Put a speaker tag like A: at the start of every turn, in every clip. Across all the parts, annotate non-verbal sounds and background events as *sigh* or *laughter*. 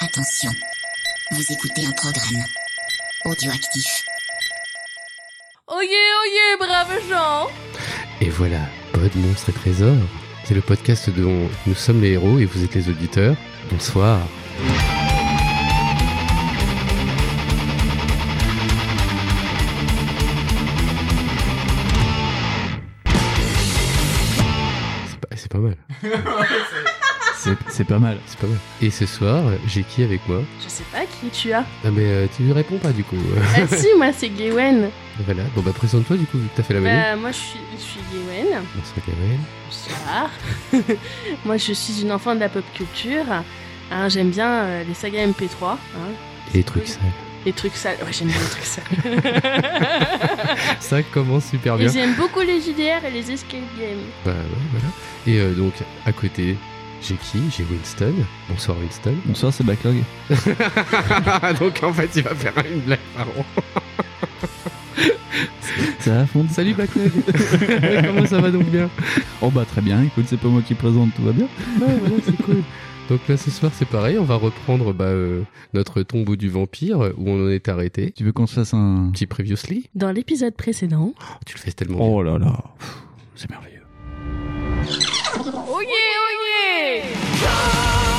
A: Attention, vous écoutez un programme audioactif.
B: Oh yeah, oh yeah, brave gens
C: Et voilà, Pod Monstre et Trésor. C'est le podcast dont nous sommes les héros et vous êtes les auditeurs. Bonsoir. C'est pas, c'est pas mal.
D: C'est c'est pas mal.
C: C'est pas mal. Et ce soir, j'ai qui avec moi
B: Je sais pas qui tu as.
C: Ah mais euh, tu réponds pas du
B: *laughs*
C: coup. *laughs*
B: Ah si, moi c'est Gwen.
C: voilà. Bon bah présente-toi du coup vu que t'as fait la manip.
B: Bah, moi je suis, je suis Gwen.
C: Bonsoir Gabriel.
B: Bonsoir. *laughs* moi je suis une enfant de la pop culture. Hein, j'aime bien euh, les sagas MP3. Hein.
C: Et les trucs
B: cool.
C: sales.
B: Les trucs sales. Ouais, j'aime bien les trucs sales.
C: Ça commence super bien.
B: et j'aime beaucoup les JDR et les escape games.
C: Bah ouais, voilà. Et euh, donc, à côté, j'ai qui J'ai Winston. Bonsoir Winston.
D: Bonsoir, c'est Backlog.
C: *laughs* donc en fait, il va faire une blague par an.
D: Ça va, fond
C: Salut
D: *laughs*
C: Blackleg Comment ça va donc bien
D: Oh bah très bien, écoute, c'est pas moi qui présente, tout va bien.
C: Ouais, voilà, c'est cool. *laughs* Donc là, ce soir, c'est pareil, on va reprendre bah, euh, notre tombeau du vampire, euh, où on en est arrêté.
D: Tu veux qu'on se fasse un...
C: Petit previously
B: Dans l'épisode précédent.
C: Oh, Tu le fais tellement bien.
D: Oh là là, pff, c'est merveilleux.
B: Oh yeah, oh yeah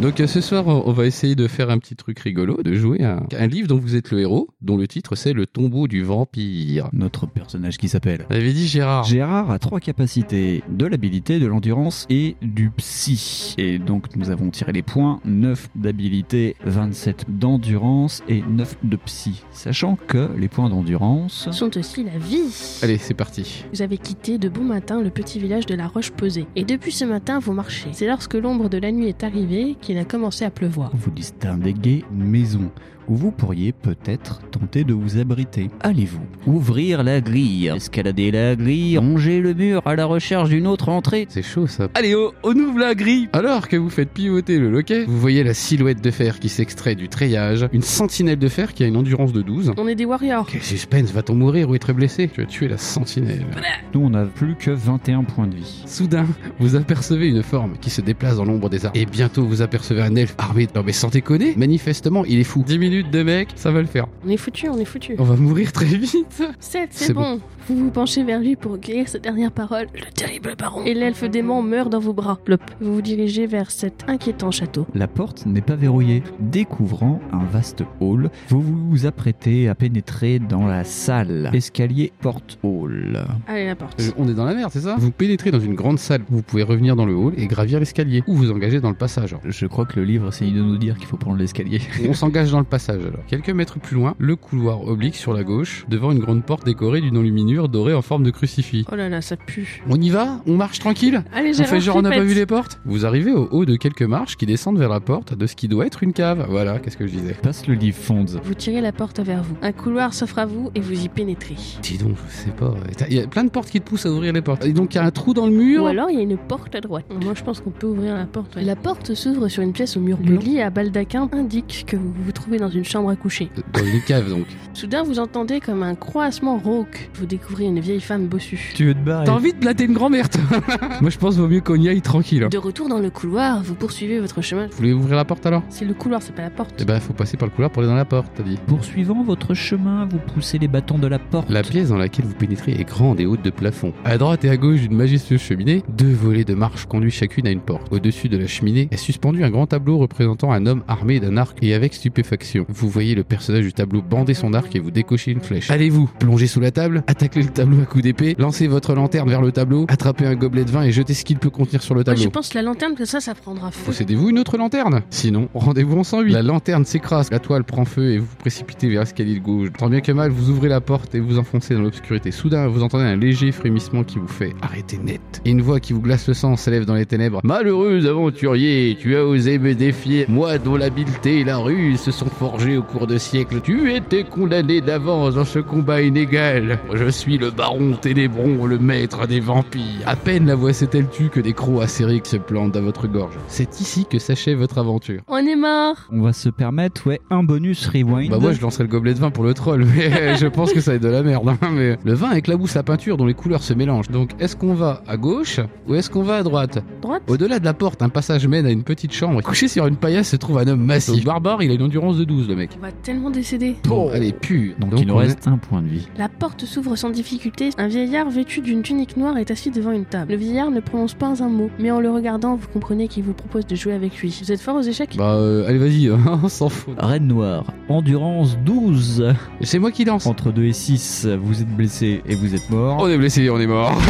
C: Donc euh, ce soir, on on va essayer de faire un petit truc rigolo, de jouer à un livre dont vous êtes le héros, dont le titre c'est Le tombeau du vampire.
D: Notre personnage qui s'appelle...
C: On avait dit
D: Ah.
C: Gérard.
D: Gérard a trois capacités, de l'habilité, de l'endurance et du psy. Et donc nous avons tiré les points, 9 d'habilité, 27 d'endurance et 9 de psy. Sachant que les points d'endurance...
B: Sont aussi la vie.
C: Allez, c'est parti.
B: Vous avez quitté de bon matin le petit village de la Roche-Posée, et depuis ce matin vous marchez. C'est lorsque l'ombre de la nuit est arrivée qu'il a commencé à pleuvoir.
D: Vous distinguez une maison où vous pourriez peut-être tenter de vous abriter. Allez-vous ouvrir la grille, escalader la grille, ronger le mur à la recherche d'une autre entrée
C: C'est chaud ça.
D: Allez, oh, on ouvre la grille
C: Alors que vous faites pivoter le loquet, vous voyez la silhouette de fer qui s'extrait du treillage, une sentinelle de fer qui a une endurance de 12.
B: On est des warriors.
C: Quel suspense, va-t-on mourir ou être blessé Tu as tué la sentinelle.
D: Nous, on n'a plus que 21 points de vie.
C: Soudain, vous apercevez une forme qui se déplace dans l'ombre des arbres. Et bientôt, vous apercevez un elfe armé. Non mais sans déconner, manifestement, il est fou. 10 minutes de mec, ça va le faire.
B: On est foutu, on est foutu.
C: On va mourir très vite.
B: 7, c'est
C: C'est
B: bon. Vous vous penchez vers lui pour guérir cette dernière parole. Le terrible baron. Et l'elfe démon meurt dans vos bras. Plop. Vous vous dirigez vers cet inquiétant château.
D: La porte n'est pas verrouillée. Découvrant un vaste hall, vous vous apprêtez à pénétrer dans la salle. Escalier porte-hall.
B: Allez, la porte.
C: Euh, On est dans la merde, c'est ça Vous pénétrez dans une grande salle. Vous pouvez revenir dans le hall et gravir l'escalier. Ou vous engager dans le passage.
D: Je crois que le livre essaye de nous dire qu'il faut prendre l'escalier. *laughs*
C: On s'engage dans le passage alors. Quelques mètres plus loin, le couloir oblique sur la gauche, devant une grande porte décorée d'une enluminure dorée en forme de crucifix.
B: Oh là là, ça pue.
C: On y va On marche tranquille
B: Allez,
C: On
B: j'ai
C: fait genre on n'a pas vu les portes Vous arrivez au haut de quelques marches qui descendent vers la porte de ce qui doit être une cave. Voilà, qu'est-ce que je disais.
D: Passe le livre, Fonds.
B: Vous tirez la porte vers vous. Un couloir s'offre à vous et vous y pénétrez.
C: Dis donc, je sais pas. Il y a plein de portes qui te poussent à ouvrir les portes. Et donc il y a un trou dans le mur.
B: Ou alors il y a une porte à droite. Moi je pense qu'on peut ouvrir la porte. La porte s'ouvre sur une pièce au mur blanc. Le lit à baldaquin indique que vous vous trouvez dans une chambre à coucher.
C: Dans une cave donc.
B: Soudain vous entendez comme un croassement rauque. Vous découvrez une vieille femme bossue.
D: Tu veux te barrer
C: T'as envie de blater une grand-mère toi *laughs* Moi je pense vaut mieux qu'on y aille tranquille. hein.
B: De retour dans le couloir, vous poursuivez votre chemin.
C: Vous voulez ouvrir la porte alors
B: C'est le couloir, c'est pas la porte.
C: Eh ben faut passer par le couloir pour aller dans la porte, t'as dit.
D: Poursuivant votre chemin, vous poussez les bâtons de la porte.
C: La pièce dans laquelle vous pénétrez est grande et haute de plafond. À droite et à gauche d'une majestueuse cheminée, deux volets de marche conduisent chacune à une porte. Au-dessus de la cheminée est suspendu un grand tableau représentant un homme armé d'un arc et avec stupéfaction. Vous voyez le personnage du tableau bander son arc et vous décocher une flèche. Allez-vous plonger sous la table, attaquer le tableau à coups d'épée, lancer votre lanterne vers le tableau, attraper un gobelet de vin et jeter ce qu'il peut contenir sur le
B: Moi, je
C: tableau.
B: pense la lanterne que ça, ça prendra feu.
C: Possédez-vous une autre lanterne Sinon, rendez-vous en 108. La lanterne s'écrase, la toile prend feu et vous vous précipitez vers l'escalier de gauche. Tant bien que mal, vous ouvrez la porte et vous enfoncez dans l'obscurité. Soudain, vous entendez un léger frémissement qui vous fait arrêter net. Et une voix qui vous glace le sang s'élève dans les ténèbres. Malheureux aventurier, tu as osé me défier. Moi dont l'habileté et la ruse se sont forgé au cours de siècles, tu étais condamné d'avance dans ce combat inégal. Je suis le baron Ténébron, le maître des vampires. À peine la voix s'est-elle tue que des crocs acériques se plantent à votre gorge. C'est ici que s'achève votre aventure.
B: On est mort
D: On va se permettre, ouais, un bonus rewind.
C: Bah moi je lancerai le gobelet de vin pour le troll, *laughs* mais je pense que ça va être de la merde. hein, mais le vin éclabousse la peinture dont les couleurs se mélangent. Donc est-ce qu'on va à gauche ou est-ce qu'on va à droite
B: Droite
C: Au-delà de la porte, un passage mène à une petite chambre. Couché sur une paillasse se trouve un homme massif. Barbare, il a une endurance de 12 le mec.
B: On va tellement décéder.
C: Bon, elle est pure.
D: Donc, il nous
C: on
D: reste un point de vie.
B: La porte s'ouvre sans difficulté. Un vieillard vêtu d'une tunique noire est assis devant une table. Le vieillard ne prononce pas un mot, mais en le regardant, vous comprenez qu'il vous propose de jouer avec lui. Vous êtes fort aux échecs
C: est- Bah euh, allez vas-y, *laughs* hein, sans faute.
D: Reine Noire, endurance
C: *laughs*
D: 12.
C: C'est moi qui lance.
D: Entre 2 et 6, vous êtes blessé et vous êtes mort.
C: On est blessé, on est mort. *laughs*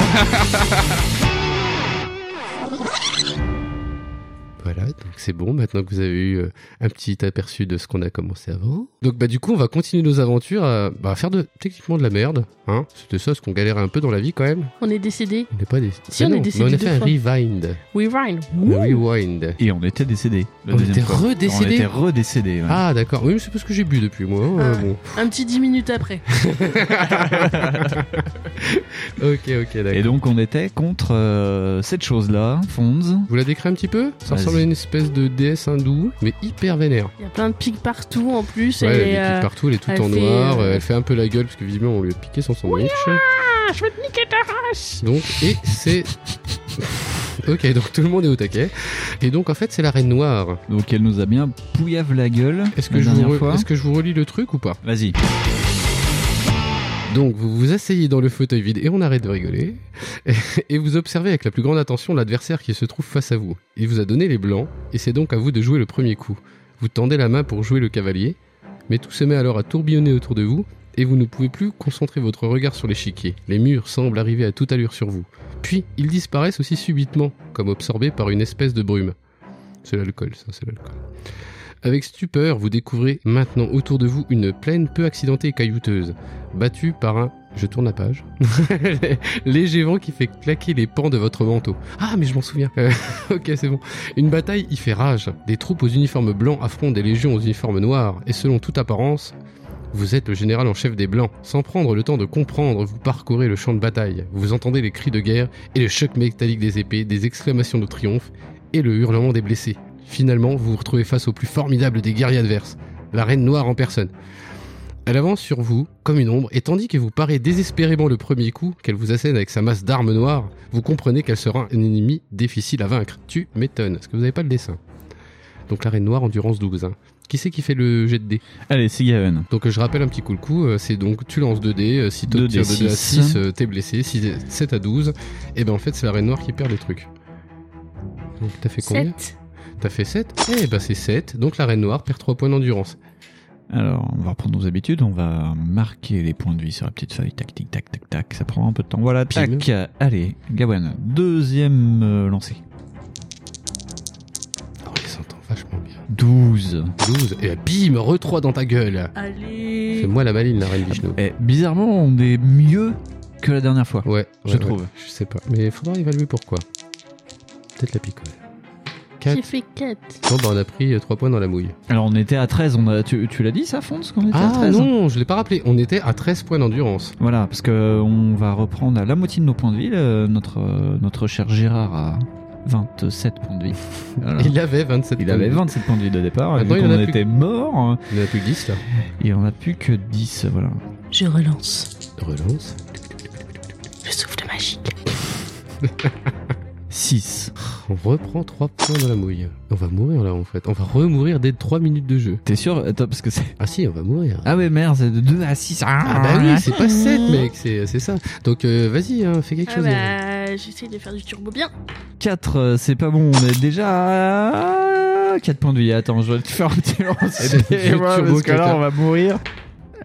C: Voilà, donc c'est bon, maintenant que vous avez eu euh, un petit aperçu de ce qu'on a commencé avant. Donc bah du coup, on va continuer nos aventures à bah, faire de techniquement de la merde, hein. C'était ça, ce qu'on galérait un peu dans la vie quand même.
B: On est décédé.
C: On n'est pas des...
B: Si,
C: Mais
B: on est
C: non,
B: décédé
C: mais on a
B: deux
C: fait
B: fois.
C: un rewind.
B: We Ryan.
C: Un rewind.
D: Et on était décédé. la
C: On
D: deuxième
C: était
D: fois.
C: redécédé
D: On était redécédé, ouais.
C: Ah d'accord, oui mais c'est parce que j'ai bu depuis moi. hein,
B: Ah.
C: bon.
B: Un petit 10 minutes après.
C: Ok ok d'accord.
D: Et donc on était contre euh, cette chose-là, Fonz.
C: Vous la décrit un petit peu Ça
D: Vas-y.
C: ressemble à une espèce de déesse hindoue, mais hyper vénère.
B: Il y a plein de pics partout en plus.
C: Ouais, elle est
B: et, euh,
C: liquide partout, elle est toute
B: elle
C: en
B: fait,
C: noir,
B: euh,
C: elle fait un peu la gueule parce que visiblement on lui a piqué son sandwich. Donc, et c'est. *laughs* ok, donc tout le monde est au taquet. Et donc en fait, c'est la reine noire.
D: Donc elle nous a bien pouillave la gueule.
C: Est-ce
D: la
C: que, je vous
D: dernière
C: re-
D: fois.
C: est-ce que je vous relis le truc ou pas
D: Vas-y.
C: Donc vous vous asseyez dans le fauteuil vide et on arrête de rigoler. Et vous observez avec la plus grande attention l'adversaire qui se trouve face à vous. Il vous a donné les blancs et c'est donc à vous de jouer le premier coup. Vous tendez la main pour jouer le cavalier, mais tout se met alors à tourbillonner autour de vous et vous ne pouvez plus concentrer votre regard sur l'échiquier. Les murs semblent arriver à toute allure sur vous. Puis ils disparaissent aussi subitement, comme absorbés par une espèce de brume. C'est l'alcool, ça, c'est l'alcool. Avec stupeur, vous découvrez maintenant autour de vous une plaine peu accidentée et caillouteuse battu par un. Je tourne la page. *laughs* Léger vent qui fait claquer les pans de votre manteau. Ah, mais je m'en souviens. *laughs* Euh, ok, c'est bon. Une bataille y fait rage. Des troupes aux uniformes blancs affrontent des légions aux uniformes noirs. Et selon toute apparence, vous êtes le général en chef des blancs. Sans prendre le temps de comprendre, vous parcourez le champ de bataille. Vous entendez les cris de guerre et le choc métallique des épées, des exclamations de triomphe et le hurlement des blessés. Finalement, vous vous retrouvez face au plus formidable des guerriers adverses, la reine noire en personne. Elle avance sur vous comme une ombre, et tandis que vous parez désespérément le premier coup qu'elle vous assène avec sa masse d'armes noires, vous comprenez qu'elle sera un ennemi difficile à vaincre. Tu m'étonnes, est-ce que vous n'avez pas le dessin Donc la reine noire, endurance 12. hein. Qui c'est qui fait le jet de dés
D: Allez, c'est Gaven.
C: Donc euh, je rappelle un petit coup le coup, euh, c'est donc tu lances 2 dés, euh, si tu
D: 2
C: tires
D: dés
C: 2 à
D: six.
C: 6, euh, t'es blessé, 7 à 12, et ben en fait c'est la reine noire qui perd les trucs. Donc t'as fait combien
B: 7.
C: T'as fait 7 Eh ben c'est 7, donc la reine noire perd 3 points d'endurance.
D: Alors, on va reprendre nos habitudes, on va marquer les points de vie sur la petite feuille. Tac, tic, tac, tac, tac. Ça prend un peu de temps. Voilà,
C: Pile.
D: tac. Allez, Gawen, deuxième euh, lancé.
C: Oh, il s'entend vachement bien.
D: 12.
C: 12, et bim, re-3 dans ta gueule
B: Allez.
C: Fais-moi la maline, la reine Vishnu.
D: Eh, bizarrement, on est mieux que la dernière fois.
C: Ouais, ouais,
D: Je
C: ouais,
D: trouve.
C: Je sais pas. Mais il faudra évaluer pourquoi. Peut-être la picole. 4.
B: J'ai fait 4.
C: Bon, bah, on a pris 3 points dans la mouille.
D: Alors, on était à 13. On a, tu tu l'as dit, ça, Fonz, qu'on était à
C: Ah
D: 13
C: non, je l'ai pas rappelé. On était à 13 points d'endurance.
D: Voilà, parce que on va reprendre à la moitié de nos points de vie. Le- notre, euh, notre cher Gérard a 27 points
C: *laughs*
D: de vie. Voilà.
C: Il avait 27
D: Ah. Il
C: points.
D: avait 27 points de vie de départ, et vu
C: Maintenant, il en
D: qu'on
C: a plus.
D: était mort, hein,
C: Il en a plus que 10 là.
D: il en a plus que 10, voilà.
B: Je relance.
C: Relance.
B: Le souffle magique.
D: 6.
C: On reprend 3 points dans la mouille. On va mourir là en fait. On va remourir dès 3 minutes de jeu.
D: T'es sûr Attends, parce que c'est...
C: Ah si, on va mourir.
D: Ah ouais, merde, c'est de 2 à 6. Ah,
C: Ah bah oui, c'est pas 7 mec, c'est c'est ça. Donc euh, vas-y, hein, fais quelque
B: Ah
C: chose.
B: bah, j'essaie de faire du turbo bien.
D: 4, euh, c'est pas bon, on est déjà à 4 points de vie. Attends, je vais te faire un petit *laughs*
C: C'est
D: lancer.
C: du
D: Ouais,
C: turbo
D: parce que là,
C: cata.
D: on va mourir.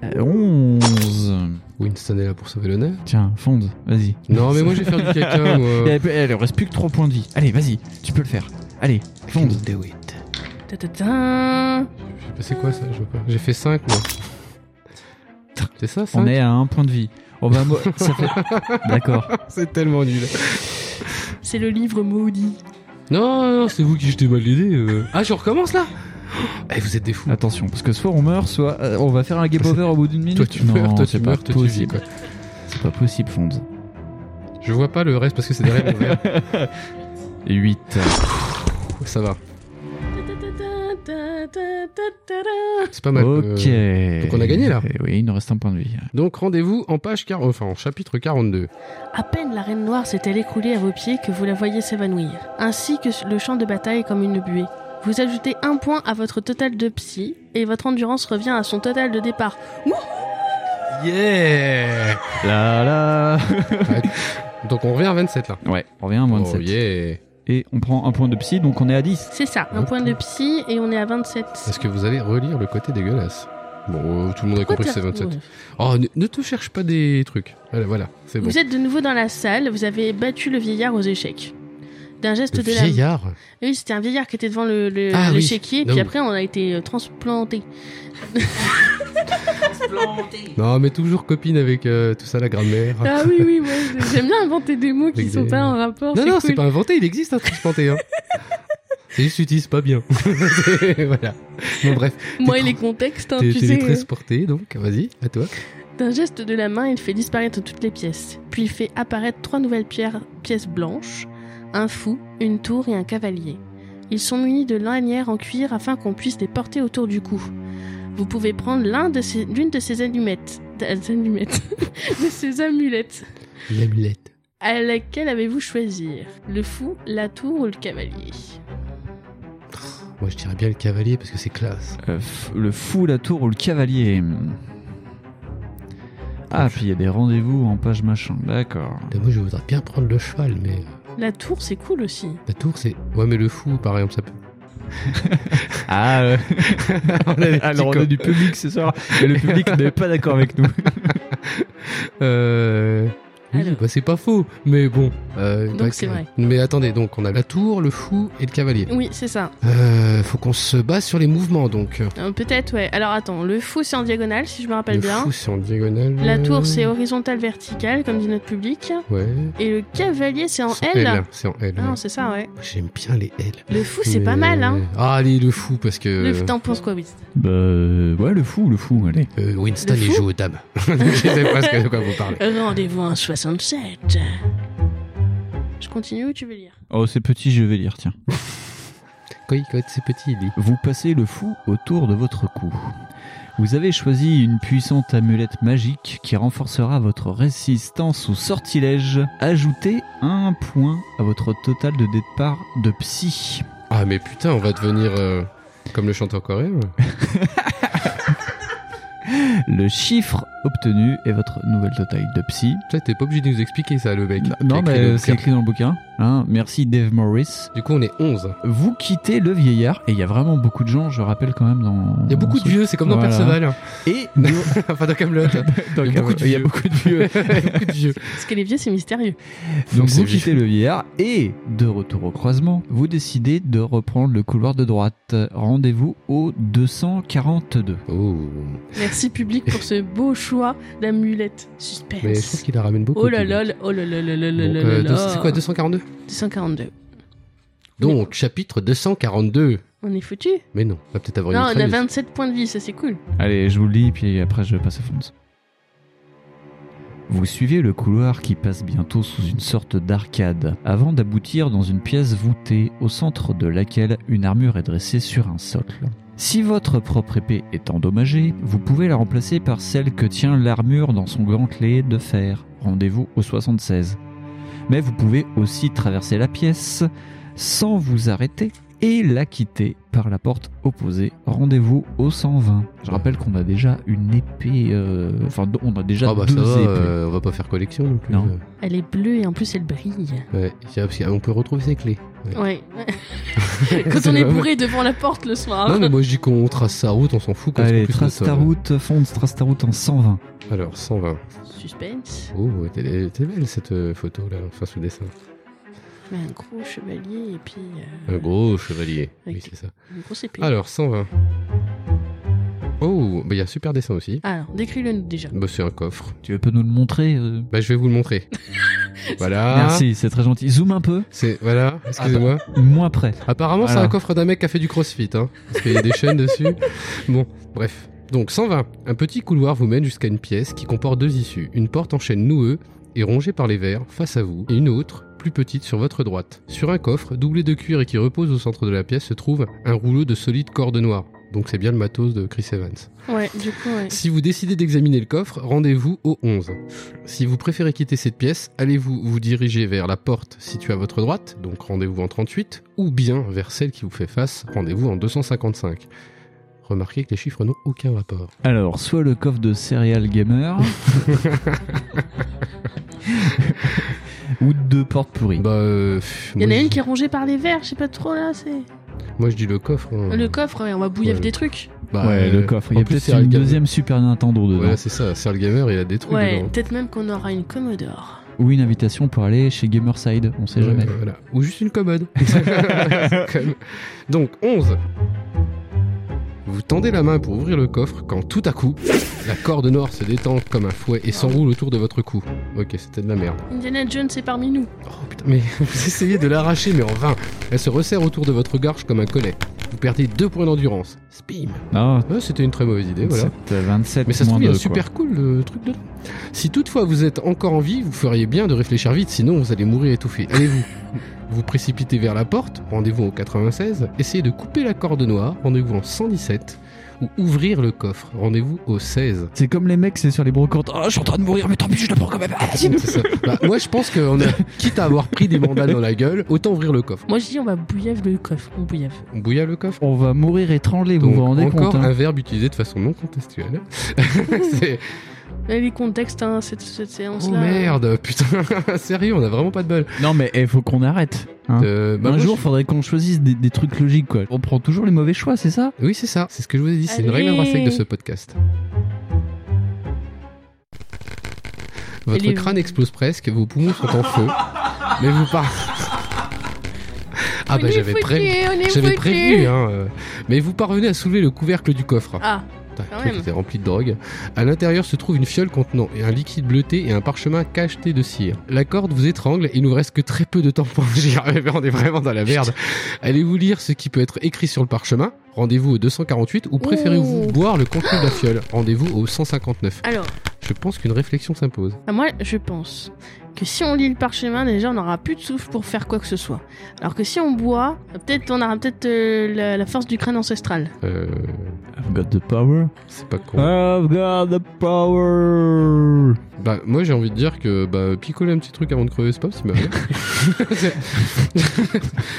D: Euh, 11.
C: Winston est là pour sauver l'honneur.
D: Tiens, fonde, vas-y.
C: Non mais moi je vais faire du
D: *laughs*
C: caca moi.
D: Et elle, peut- elle reste plus que 3 points de vie. Allez, vas-y, tu peux le faire. Allez, fonde.
C: Do it.
B: Ta ta ta.
C: Bah, C'est quoi ça Je vois pas. J'ai fait 5 moi. C'est ça 5
D: On est à 1 point de vie. Oh bah moi, ça fait... *laughs* D'accord.
C: *laughs* C'est tellement nul.
B: C'est le livre maudit.
C: Non, non, c'est vous qui jetez mal l'idée. euh. Ah, je recommence là Eh, vous êtes des fous.
D: Attention, parce que soit on meurt, soit euh, on va faire un game over au bout d'une minute.
C: Toi tu
D: non,
C: meurs, toi
D: c'est
C: tu
D: pas
C: meurs, toi tu vis.
D: possible.
C: Quoi.
D: C'est pas possible, Fonds.
C: Je vois pas le reste parce que c'est derrière mon *laughs* verre.
D: 8.
C: Ça va. C'est pas mal.
D: ok.
C: euh, donc on a gagné, là.
D: Eh Oui, il nous reste un point de vie.
C: Donc rendez-vous en page 40, enfin en chapitre 42.
B: À peine la reine noire s'est-elle écroulée à vos pieds que vous la voyez s'évanouir, ainsi que sur le champ de bataille comme une buée. Vous ajoutez un point à votre total de psy et votre endurance revient à son total de départ.
C: Yeah
D: Là là
C: Donc on revient à 27 là.
D: *laughs* Ouais, on revient à moins de
C: Oh
D: sept.
C: yeah
D: Et on prend un point de psy, donc on est à 10.
B: C'est ça, un
C: Hop.
B: point de psy et on est à 27.
C: Est-ce que vous allez relire le côté dégueulasse Bon, euh, tout le monde a compris que c'est 27.
B: Ouais.
C: Oh, ne, ne te cherche pas des trucs. Voilà, voilà c'est bon.
B: Vous êtes de nouveau dans la salle, vous avez battu le vieillard aux échecs. D'un geste
C: Le
B: de la
C: vieillard
B: Oui, c'était un vieillard qui était devant le, le,
C: Ah oui.
B: l'échiquier,
C: Non.
B: puis après on a été euh, transplanté.
C: Non, mais toujours copine avec euh, tout ça, la grammaire.
B: Ah oui, oui, moi *laughs* j'aime bien inventer des mots qui
C: Avec
B: sont
C: des-
B: pas en rapport.
C: non, non, c'est
B: cool.
C: pas inventé, il existe un transplanté. Hein. c'est juste, tu utilises pas bien. *laughs* voilà. Bon, bref,
B: Moi
C: t'es
B: et les contextes, hein,
C: t'es
B: tu sais. euh,
C: t'es très sporté, donc vas-y, à toi.
B: D'un geste de la main, il fait disparaître toutes les pièces, puis il fait apparaître trois nouvelles pierres, pièces blanches, un fou, une tour et un cavalier. Ils sont munis de lanières en cuir afin qu'on puisse les porter autour du cou. Vous pouvez prendre l'un de ces, l'une de ces allumettes, des allumettes, *laughs* de ces amulettes.
C: L'amulette.
B: À laquelle avez-vous choisir Le fou, la tour ou le cavalier
C: Moi, je dirais bien le cavalier parce que c'est classe.
D: Euh, f- le fou, la tour ou le cavalier Ah, puis il y a des rendez-vous en page machin, d'accord.
C: Là, Bah, moi, je voudrais bien prendre le cheval, mais euh,
B: La tour, c'est cool aussi.
C: la tour, c'est. Ouais, mais le fou, par exemple, ça peut.
D: *laughs*
C: *laughs*
D: Ah,
C: On a des petits
D: *laughs* alors on
C: copains.
D: a du public ce soir, mais le *laughs* public n'est pas d'accord avec nous.
C: Euh. Oui,
B: Alors.
C: bah, c'est pas faux, mais bon. euh,
B: Donc,
C: bah,
B: c'est
C: que-
B: vrai.
C: Mais attendez, donc on a la tour, le fou et le cavalier.
B: Oui, c'est ça.
C: Euh, faut qu'on se base sur les mouvements donc.
B: Euh, Peut-être, ouais. Alors attends, le fou, c'est en diagonale, si je me rappelle
C: le
B: bien.
C: fou c'est en diagonale.
B: La tour, c'est horizontal-vertical, comme dit notre public.
C: Ouais.
B: Et le cavalier, c'est en
C: C'est
B: L.
C: C'est en L.
B: Ah non,
C: ouais. Oh,
B: c'est ça, ouais.
C: J'aime bien les L.
B: Le fou, c'est
C: Mais-
B: pas mal, hein.
C: Ah allez le fou parce que
B: Le T'en penses quoi, Wiz
D: Bah, ouais, le fou, le fou, allez.
C: euh, Winston
B: Le
C: il
B: fou
C: joue aux dames. *laughs* Je sais pas ce que- de quoi vous parlez.
B: Rendez-vous en 67. Je continue ou tu veux lire
D: Oh, c'est petit, je vais lire, tiens.
C: Quand il- quand c'est petit il dit.
D: Vous passez le fou autour de votre cou. Vous avez choisi une puissante amulette magique qui renforcera votre résistance aux sortilèges. Ajoutez un point à votre total de départ de psy.
C: Ah mais putain on va devenir euh, comme le chanteur coréen.
D: Le chiffre obtenu est votre nouvelle total de psy.
C: Ça t'es pas obligé de nous expliquer ça le mec. qui a
D: Non,
C: écrit
D: mais
C: le
D: c'est
C: bouquin.
D: écrit dans le bouquin. Hein, merci Dave Morris.
C: Du coup on est 11.
D: Vous quittez le vieillard, et il y a vraiment beaucoup de gens, je rappelle quand même dans...
C: Il y a beaucoup de vieux c'est comme dans
D: Voilà.
C: Perceval. hein.
D: Et nous-
C: *laughs* enfin dans
D: *laughs*
C: Camelot.
D: il y a beaucoup de
C: Il y a
D: vieux.
C: beaucoup de vieux. *laughs* Il y a beaucoup de vieux.
B: Parce que les vieux, c'est mystérieux.
D: Donc
C: C'est
D: vous
C: vieux.
D: quittez le vieillard et, de retour au croisement, vous décidez de reprendre le couloir de droite. Rendez-vous au 242.
C: Oh.
B: Merci, public, pour ce beau choix d'amulette. Suspense.
C: Mais je trouve qu'il la ramène beaucoup.
B: Oh là
C: Kevin.
B: là, là, oh là là là là
C: Bon,
B: là là
C: euh,
B: là
C: deux-
B: là.
C: C'est quoi, 242
B: 242.
C: Donc, chapitre 242.
B: On est foutu
C: Mais non, on va peut-être avoir
B: Non,
C: une
B: on a
C: traduction.
B: 27 points de vie, ça c'est cool.
D: Allez, je vous le lis, puis après je passe à fond. Vous suivez le couloir qui passe bientôt sous une sorte d'arcade, avant d'aboutir dans une pièce voûtée, au centre de laquelle une armure est dressée sur un socle. Si votre propre épée est endommagée, vous pouvez la remplacer par celle que tient l'armure dans son gantelet de fer. Rendez-vous au 76. Mais vous pouvez aussi traverser la pièce sans vous arrêter et la quitter par la porte opposée. Rendez-vous au 120. Je rappelle qu'on a déjà une épée, euh, enfin on a déjà
C: Ah bah ça
D: deux
C: va,
D: épées.
C: euh, on va pas faire collection non plus.
D: Non.
B: Elle est bleue et en plus elle brille.
C: Euh, ouais, c'est- parce qu'on peut retrouver ses clés. *laughs*
B: Ouais. Quand
C: C'est
B: on est
C: pas
B: bourré devant la porte le soir.
C: Non mais moi je dis qu'on trace sa route, on s'en fout. qu'on se
D: Allez,
C: coupe plus
D: trace
C: notre-
D: ta route, fonce, trace ta route en 120.
C: Alors 120.
B: Suspense.
C: Oh, t'es t'es belle cette euh, photo là, enfin ce dessin.
B: Mais un gros chevalier et puis euh,
C: Un gros chevalier. Oui
B: Ok.
C: c'est ça.
B: une grosse épée. Alors,
C: Alors 120. Oh, bah il y a un super dessin aussi.
B: décris-le nous déjà.
C: Bah c'est un coffre.
D: Tu peux nous le montrer euh
C: Bah je vais vous le montrer. Voilà.
D: Merci, c'est très gentil. Zoom un peu,
C: C'est voilà, excusez-moi.
D: moins près.
C: Apparemment, c'est
D: Voilà.
C: un coffre d'un mec qui a fait du crossfit, hein, parce qu'il y a des chaînes dessus. Bon, bref. Donc 120. Un petit couloir vous mène jusqu'à une pièce qui comporte deux issues. Une porte en chaîne noueux et rongée par les verres, face à vous, et une autre, plus petite, sur votre droite. Sur un coffre, doublé de cuir et qui repose au centre de la pièce, se trouve un rouleau de solide corde noire. Donc c'est bien le matos de Chris Evans.
B: Ouais, du coup, ouais.
C: Si vous décidez d'examiner le coffre, rendez-vous au 11. Si vous préférez quitter cette pièce, allez-vous vous diriger vers la porte située à votre droite, donc rendez-vous en 38, ou bien vers celle qui vous fait face, rendez-vous en 255. Remarquez que les chiffres n'ont aucun rapport.
D: Alors, soit le coffre de
C: *laughs*
D: Serial Gamer. ou deux portes pourries.
C: Bah, euh, pff,
B: Il y en a
C: moi, je-
B: une qui est rongée par les verres, je sais pas trop là, c'est.
C: Moi je dis le coffre. hein.
B: Le coffre, ouais, on va bouillaf
C: Ouais.
B: des trucs.
C: Bah,
D: ouais,
C: euh,
D: le coffre. Il y
C: en
D: a
C: plus,
D: peut-être
C: c'est
D: une
C: Real Gamer.
D: deuxième Super Nintendo dedans.
C: Voilà, c'est ça, Serge Gamer, il a des trucs
B: Ouais,
C: dedans.
B: peut-être même qu'on aura une Commodore.
D: Ou une invitation pour aller chez Gamerside, on sait
C: Ouais,
D: jamais.
C: voilà. Ou juste une *laughs* commode. C'est quand même- Donc, 11. Vous tendez la main pour ouvrir le coffre quand tout à coup, la corde noire se détend comme un fouet et s'enroule autour de votre cou. Ok, c'était de la merde.
B: Indiana Jones est parmi nous.
C: Oh putain, mais *laughs* vous essayez de l'arracher, mais en vain. Elle se resserre autour de votre gorge comme un collet. Vous perdez deux points d'endurance. Spim.
D: Ah,
C: Ouais, c'était une très mauvaise idée, voilà.
D: 27, 27
C: Mais ça se
D: moins
C: trouve, il y a
D: deux,
C: un super cool le truc dedans. Si toutefois vous êtes encore en vie, vous feriez bien de réfléchir vite, sinon vous allez mourir étouffé. Allez-vous
D: *laughs*
C: Vous précipitez vers la porte, rendez-vous au 96, essayez de couper la corde noire, rendez-vous en 117, ou ouvrir le coffre, rendez-vous au 16.
D: C'est comme les mecs, c'est sur les brocantes. Ah, je suis en train de mourir, mais tant pis, je le prends quand même. Ah, vas-y.
C: C'est ça. Bah, moi je pense qu'on
D: *laughs*
C: a, quitte à avoir pris des mandales dans la gueule, autant ouvrir le coffre.
B: Moi je dis on va bouillaf le coffre, on bouillaf.
C: On bouilla le coffre
D: On va mourir étranglé, vous
C: Donc,
D: vous rendez
C: encore
D: compte. hein.
C: un verbe utilisé de façon non contextuelle. C'est-
B: Mais les contextes, hein, cette, cette séance
C: oh
B: là.
C: merde, putain, *laughs* sérieux, on a vraiment pas de bol.
D: Non, mais il faut qu'on arrête. hein.
C: Euh, bah,
D: un
C: moi,
D: jour,
C: je-
D: faudrait qu'on choisisse des, des trucs logiques, quoi. On prend toujours les mauvais choix, c'est ça
C: Oui, c'est ça. C'est ce que je vous ai dit. C'est une règle
B: Allez.
C: intrinsèque de ce podcast. Votre
B: Elle est
C: crâne explose presque, vos poumons sont en feu, mais vous pas. Ah
B: On
C: bah
B: est
C: j'avais
B: foutus,
C: prévenu.
B: on est
C: J'avais
B: foutus.
C: prévenu, hein. euh. Mais vous parvenez à soulever le couvercle du coffre.
B: Ah,
C: Putain, le
B: quand
C: truc
B: même.
C: était rempli de drogue. À l'intérieur se trouve une fiole contenant un liquide bleuté et un parchemin cacheté de cire. La corde vous étrangle et il nous reste que très peu de temps pour agir. Mais on est vraiment dans la merde. Allez-vous lire ce qui peut être écrit sur le parchemin Rendez-vous au 248 ou préférez-vous
B: Ouh.
C: boire le contenu de la fiole Rendez-vous au 159.
B: alors,
C: Je pense qu'une réflexion s'impose.
B: à moi je pense que si on lit le parchemin, déjà on aura plus de souffle pour faire quoi que ce soit. Alors que si on boit, peut-être on aura peut-être euh, la, la force du crâne ancestral.
C: Euh,
D: I've got the power.
C: c'est pas con.
D: I've got the power.
C: Bah, moi j'ai envie de dire que bah, picoler un petit truc avant de crever, c'est pas
B: *laughs*
C: *laughs* si mal. *laughs*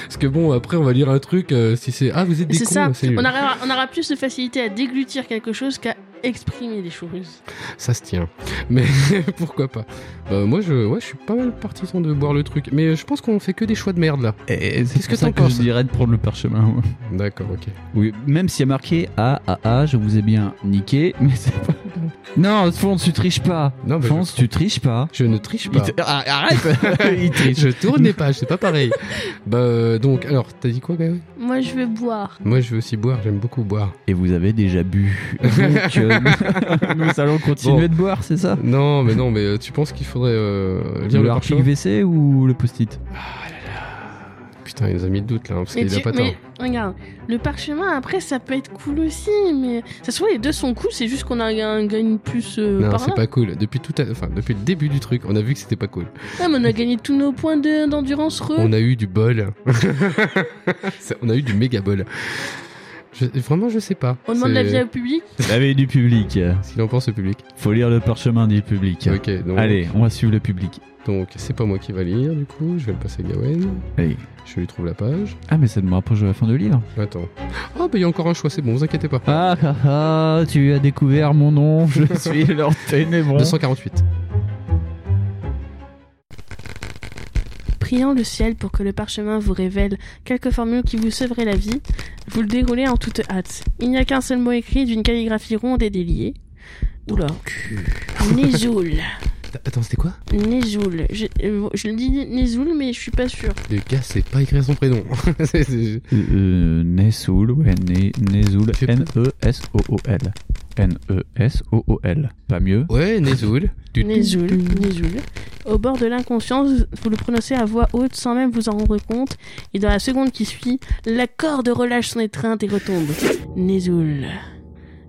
C: Parce que bon, après on va lire un truc euh, si c'est. Ah, vous êtes des
B: C'est
C: cons,
B: ça,
C: c'est nul.
B: on aura, on aura plus de facilité à déglutir quelque chose qu'à exprimer des choses.
C: ça se tient. Mais *laughs* pourquoi pas Bah, Moi, je, ouais, je suis pas mal partisan de boire le truc. Mais euh, je pense qu'on fait que des choix de merde là.
D: Qu'est-ce
C: que
D: que ça
C: t'en
D: que je
C: penses
D: dirais de prendre le parchemin moi.
C: D'accord, ok.
D: Oui, même s'il y a marqué Ah, ah, ah, je vous ai bien niqué, mais c'est pas. *laughs* Non, Fonce, tu triches pas.
C: Non, mais
D: Fonce, tu triches pas.
C: Je ne triche
D: Il
C: pas.
D: te- Ah, *laughs* Arrête Il triche.
C: Je tourne les pages, c'est pas
D: *laughs*
C: pareil. bah, euh, donc, alors, t'as dit quoi, Gaël
B: Moi je vais boire.
C: Moi, je veux aussi boire, j'aime beaucoup boire.
D: Et vous avez déjà bu. Donc, *laughs* euh, nous allons continuer de boire, c'est ça
C: Non, mais non, mais euh, tu penses qu'il faudrait euh, lire
D: Le
C: le
D: harpic
C: parchemin
D: WC ou le post-it
C: Putain, il nous a mis le doute là, hein, parce qu'il a
B: tu-
C: pas tort.
B: mais regarde, le parchemin après ça peut être cool aussi, mais ça se voit les deux sont cool, c'est juste qu'on a un gagne plus euh,
C: Non,
B: par là.
C: c'est pas cool. Depuis tout, à- enfin, depuis le début du truc, on a vu que c'était pas cool.
B: Ouais, mais on a gagné tous nos points de- d'endurance re.
C: On a eu du bol. *laughs* C'est- on a eu du méga bol. Je- vraiment, je sais pas.
B: On demande
C: C'est-
B: l'avis au public.
D: La veille du public.
C: Ce qu'il en pense, le public.
D: Faut lire le parchemin du public.
C: Ok, donc
D: Allez, on va suivre le public.
C: donc, c'est pas moi qui va lire, du coup. Je vais le passer à Gawen.
D: Allez.
C: Je lui trouve la page.
D: Ah, mais ça me rapproche de la fin du livre.
C: Attends. Ah, bah, il y a encore un choix, c'est bon, vous inquiétez pas.
D: Ah, ah, ah, tu as découvert mon nom, *laughs* je suis leur ténébreux.
C: 248.
B: Priant le ciel pour que le parchemin vous révèle quelques formules qui vous sauveraient la vie, vous le déroulez en toute hâte. Il n'y a qu'un seul mot écrit d'une calligraphie ronde et déliée. Oula. Nézoul.
C: Attends, c'était quoi
B: Nézoul. Je, euh, je le dis Nézoul, mais je suis pas sûre.
C: Le gars, c'est pas écrire son prénom. *laughs* C'est- c'est-
D: Euh, Nesoul, ouais, Ne- Nesoul,
C: Je sais pas.
D: N-E-S-O-O-L. N-E-S-O-O-L. Pas mieux
C: Ouais, Nezoul. Tu-
B: Nézoul, Nézoul. Au bord de l'inconscience, vous le prononcez à voix haute sans même vous en rendre compte, et dans la seconde qui suit, la corde relâche son étreinte et retombe. Nézoul.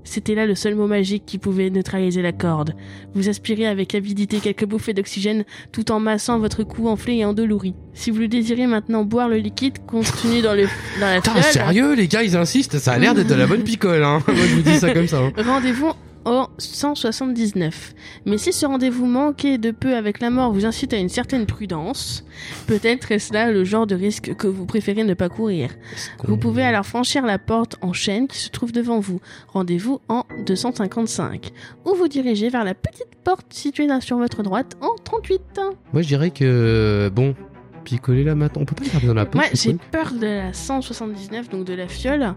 B: C'était là le seul mot magique qui pouvait neutraliser la corde. Vous aspirez avec avidité quelques bouffées d'oxygène tout en massant votre cou enflé et endolori. Si vous le désirez maintenant boire le liquide contenu dans, le, dans la
C: Putain,
B: fiole,
C: sérieux, les gars, ils insistent, ça a l'air d'être de la bonne picole, hein. *laughs* Moi, je vous dis ça comme ça. hein.
B: Rendez-vous en 179. Mais si ce rendez-vous manqué de peu avec la mort vous incite à une certaine prudence, peut-être est-ce là le genre de risque que vous préférez ne pas courir. Vous pouvez alors franchir la porte en chaîne qui se trouve devant vous. Rendez-vous en 255. Ou vous dirigez vers la petite porte située là sur votre droite en 38.
C: Moi, je dirais que, bon, picoler là maintenant, on peut pas le garder dans la poche.
B: Moi,
C: le
B: j'ai
C: truc
B: peur de la 179, donc de la fiole,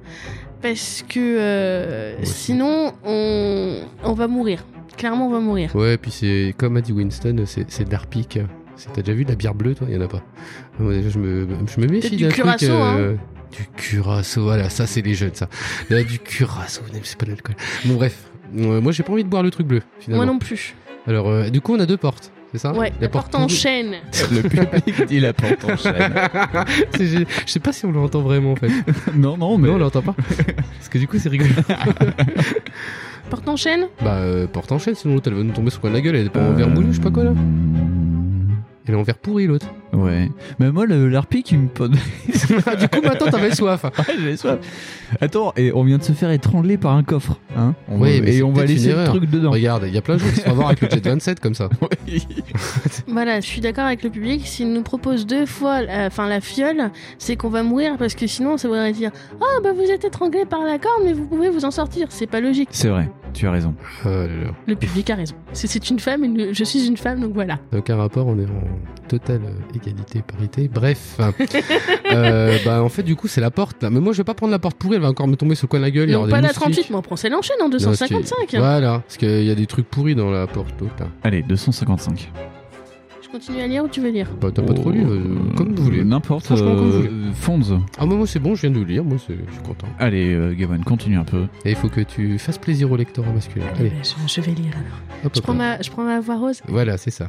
B: parce que euh,
C: Moi aussi.
B: sinon, on, on va mourir. Clairement, on va mourir.
C: Ouais, puis c'est, comme a dit Winston, c'est c'est de l'arpic. C'est- T'as déjà vu de la bière bleue, toi Il y en a pas. Moi, déjà, je me, je me
B: Peut-être
C: méfie
B: du
C: d'un truc,
B: curaçao, hein.
C: euh, Du curaçao, voilà, ça, c'est les jeunes, ça. Là, du curaçao, non, mais c'est pas de l'alcool. Bon, bref. Euh, Moi, j'ai pas envie de boire le truc bleu, finalement.
B: Moi non plus.
C: Alors, euh, du coup, on a deux portes, c'est ça
B: ouais, la porte en
C: pourrie-
B: chaîne.
D: Le public dit la porte en chaîne.
C: *laughs* C'est gé- Je sais pas si on l'entend vraiment en fait.
D: *laughs* Non, non, mais.
C: Non, on l'entend pas. Parce que du coup, c'est rigolo.
B: Porte en
C: *laughs*
B: chaîne
C: bah, euh, porte en chaîne, sinon l'autre elle va nous tomber sur le coin de la gueule. Elle est
D: Euh,
C: pas en verre moulu, je sais pas quoi là. Elle est en verre pourri l'autre. *laughs*
D: Ouais. Mais moi, le- l'arpic, il me pose.
C: Ah, du coup, maintenant t'avais soif.
D: Ouais, j'ai soif. Attends, et on vient de se faire étrangler par un coffre, hein On
C: Ouais,
D: va-
C: mais c'est
D: Et on va
C: peut-être une
D: laisser le
C: erreur.
D: truc dedans.
C: Regarde, il y a plein de gens qui sont à voir avec le Jet 27 comme ça.
B: Voilà, je suis d'accord avec le public. S'il nous propose deux fois la- enfin la fiole, c'est qu'on va mourir parce que sinon ça voudrait dire Ah bah vous êtes étranglé par la corde mais vous pouvez vous en sortir. C'est pas logique.
D: C'est vrai, tu as raison.
C: Oh là là.
B: Le public a raison. C'est- C'est une femme et nous- je suis une femme donc voilà.
C: T'as aucun rapport, on est en totale euh, égalité, parité. Bref.
B: *laughs*
C: Euh, bah, en fait, du coup, c'est la porte là. Mais moi, je vais pas prendre la porte pourrie, elle va encore me tomber sur le coin de la gueule. il y
B: Non,
C: aura des
B: pas la
C: moustiques.
B: 38, mais on prend celle en chaîne en
C: Non, parce que-
B: 255.
C: Voilà, parce qu'il y a des trucs pourris dans la porte. l'autre, là.
D: Allez, 255.
B: Je continue à lire ou tu veux lire
C: Bah, t'as pas trop lu,
D: Euh,
B: Oh.
C: euh, comme vous voulez.
D: N'importe.
C: Franchement, comme vous voulez.
D: euh, Fonds.
C: Ah, moi, moi c'est bon, je viens de le lire, moi, c'est- je suis content.
D: Allez, euh, Gabon, continue un peu.
C: Et il faut que tu fasses plaisir au lecteur en masculin. Allez,
B: Bah, je, je vais lire alors.
C: hop,
B: Je
C: hop,
B: prends,
C: hop.
B: ma, je prends ma voix rose.
C: Voilà, c'est ça.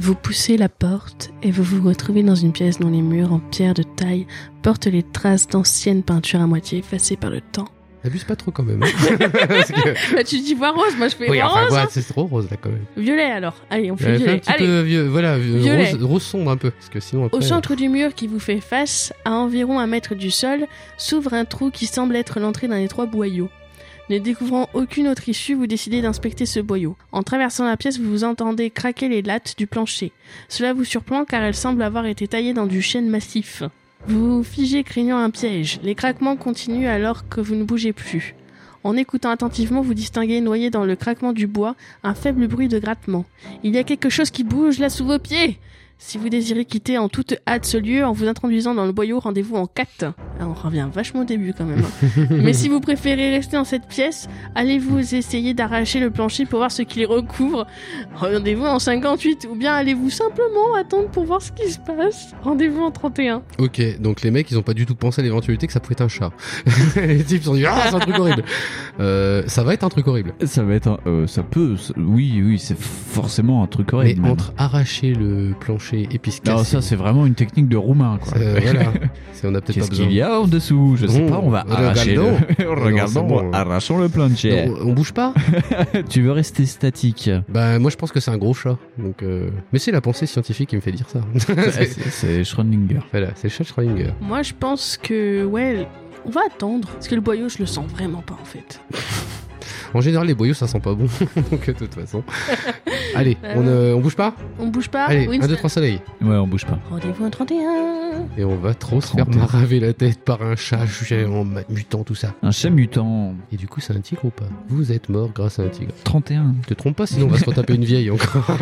B: Vous poussez la porte et vous vous retrouvez dans une pièce dont les murs en pierre de taille portent les traces d'anciennes peintures à moitié effacées par le temps.
C: Abuse pas trop quand même. hein. Parce
B: *laughs*
C: que-
B: Bah tu dis voix rose, moi je fais
C: Oui,
B: voix
C: enfin,
B: rose.
C: voilà,
B: hein.
C: c'est trop rose là quand même.
B: Violet alors, allez on fait
C: Ouais, fais un
B: violet.
C: petit
B: Allez.
C: peu vieux, voilà, vieux-
B: Violet.
C: rose, rose sombre un peu. Parce que sinon, après,
B: Au centre du mur qui vous fait face, à environ un mètre du sol, s'ouvre un trou qui semble être l'entrée d'un étroit boyau. Ne découvrant aucune autre issue, vous décidez d'inspecter ce boyau. En traversant la pièce, vous vous entendez craquer les lattes du plancher. Cela vous surprend car elle semble avoir été taillée dans du chêne massif. Vous vous figez craignant un piège. Les craquements continuent alors que vous ne bougez plus. En écoutant attentivement, vous distinguez noyé dans le craquement du bois un faible bruit de grattement. Il y a quelque chose qui bouge là sous vos pieds. Si vous désirez quitter en toute hâte ce lieu en vous introduisant dans le boyau, rendez-vous en 4. Ah, on revient vachement au début quand même.
D: *laughs*
B: hein. Mais si vous préférez rester dans cette pièce, allez-vous essayer d'arracher le plancher pour voir ce qui les recouvre. Rendez-vous en 58. Ou bien allez-vous simplement attendre pour voir ce qui se passe. Rendez-vous en 31.
C: Ok, donc les mecs, ils ont pas du tout pensé à l'éventualité que ça pouvait être un chat. *laughs* les types se sont dit, ah, c'est un truc horrible. Euh, ça va être un truc horrible.
D: Ça va être. un- euh, ça peut. ça- Oui, oui, c'est forcément un truc horrible.
C: Mais
D: même.
C: entre arracher le plancher et puis se
D: Non,
C: casser-
D: ça, c'est vraiment une technique de roumain, quoi.
C: Euh,
D: *laughs*
C: voilà. C'est- on a peut-être pas
D: Qu'est-ce
C: besoin.
D: qu'il y a en dessous Je sais
C: Oh,
D: pas, on va arracher
C: regardons. *laughs*
D: le... *laughs* Regardons,
C: Non, c'est bon.
D: arrachons le plancher.
C: Non, on- on bouge pas
D: Tu veux rester
C: *laughs*
D: statique
C: Bah moi je pense que c'est un gros chat. Donc euh, mais c'est la pensée scientifique qui me fait dire ça. *laughs*
D: C'est-
C: C'est-
D: C'est Schrödinger.
C: voilà, c'est le chat de Schrödinger.
B: Moi, je pense que, ouais, on va attendre. Parce que le boyau, je le sens vraiment pas, en fait.
C: En général les boyaux ça sent pas bon. *laughs* donc de toute
D: *laughs*
C: façon. Allez, on, euh, on bouge pas
B: On bouge pas
C: Allez,
B: Winston
C: 1 2 3 soleil
D: Ouais, on bouge pas.
B: Rendez-vous en 31.
C: et on va trop se faire
D: 31.
C: maraver la tête par un chat géant ma- mutant tout ça.
D: Un chat mutant.
C: Et du coup, c'est un tigre ou pas Vous êtes mort grâce à un tigre.
D: 31.
C: Te trompe pas sinon on va se retaper une vieille encore.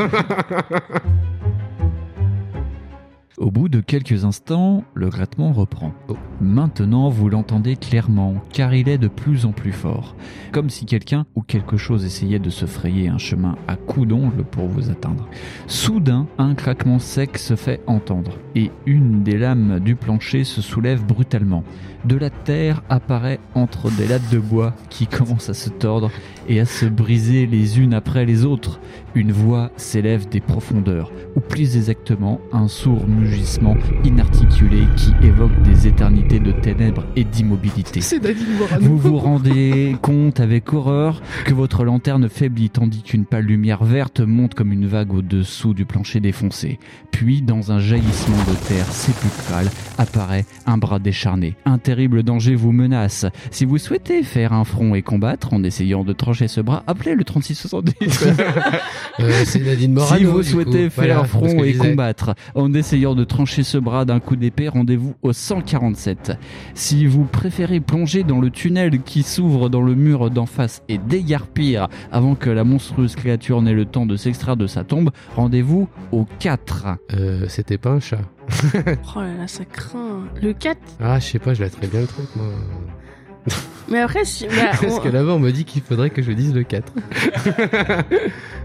D: Au bout de quelques instants, le grattement reprend.
C: Oh.
D: Maintenant, vous l'entendez clairement, car il est de plus en plus fort. Comme si quelqu'un ou quelque chose essayait de se frayer un chemin à coups d'ongle pour vous atteindre. Soudain, un craquement sec se fait entendre, et une des lames du plancher se soulève brutalement. De la terre apparaît entre des lattes de bois qui commencent à se tordre et à se briser les unes après les autres. Une voix s'élève des profondeurs, ou plus exactement un sourd mugissement inarticulé qui évoque des éternités de ténèbres et d'immobilité.
E: C'est Danny Morano.
D: Vous vous rendez compte avec horreur que votre lanterne faiblit tandis qu'une pâle lumière verte monte comme une vague au-dessous du plancher défoncé. Puis, dans un jaillissement de terre sépulcrale, apparaît un bras décharné. Un terrible danger vous menace. Si vous souhaitez faire un front et combattre en essayant de trancher ce bras, appelez le 3670.
C: *laughs* Euh, c'est Nadine Morano.
D: si vous
C: du
D: souhaitez
C: coup.
D: faire
C: Voilà, parce
D: front
C: que je
D: et
C: disais.
D: combattre en essayant de trancher ce bras d'un coup d'épée, rendez-vous au 147. Si vous préférez plonger dans le tunnel qui s'ouvre dans le mur d'en face et dégarpir avant que la monstrueuse créature n'ait le temps de s'extraire de sa tombe, rendez-vous au 4.
C: Euh, c'était pas un chat.
B: Oh là là, ça craint. Le 4.
C: Ah, je sais pas, je la très bien le truc, moi.
B: Mais après, si. bah,
C: *laughs* Parce
B: on,
C: que là-bas, on me dit qu'il faudrait que je dise le
E: *laughs*
C: 4.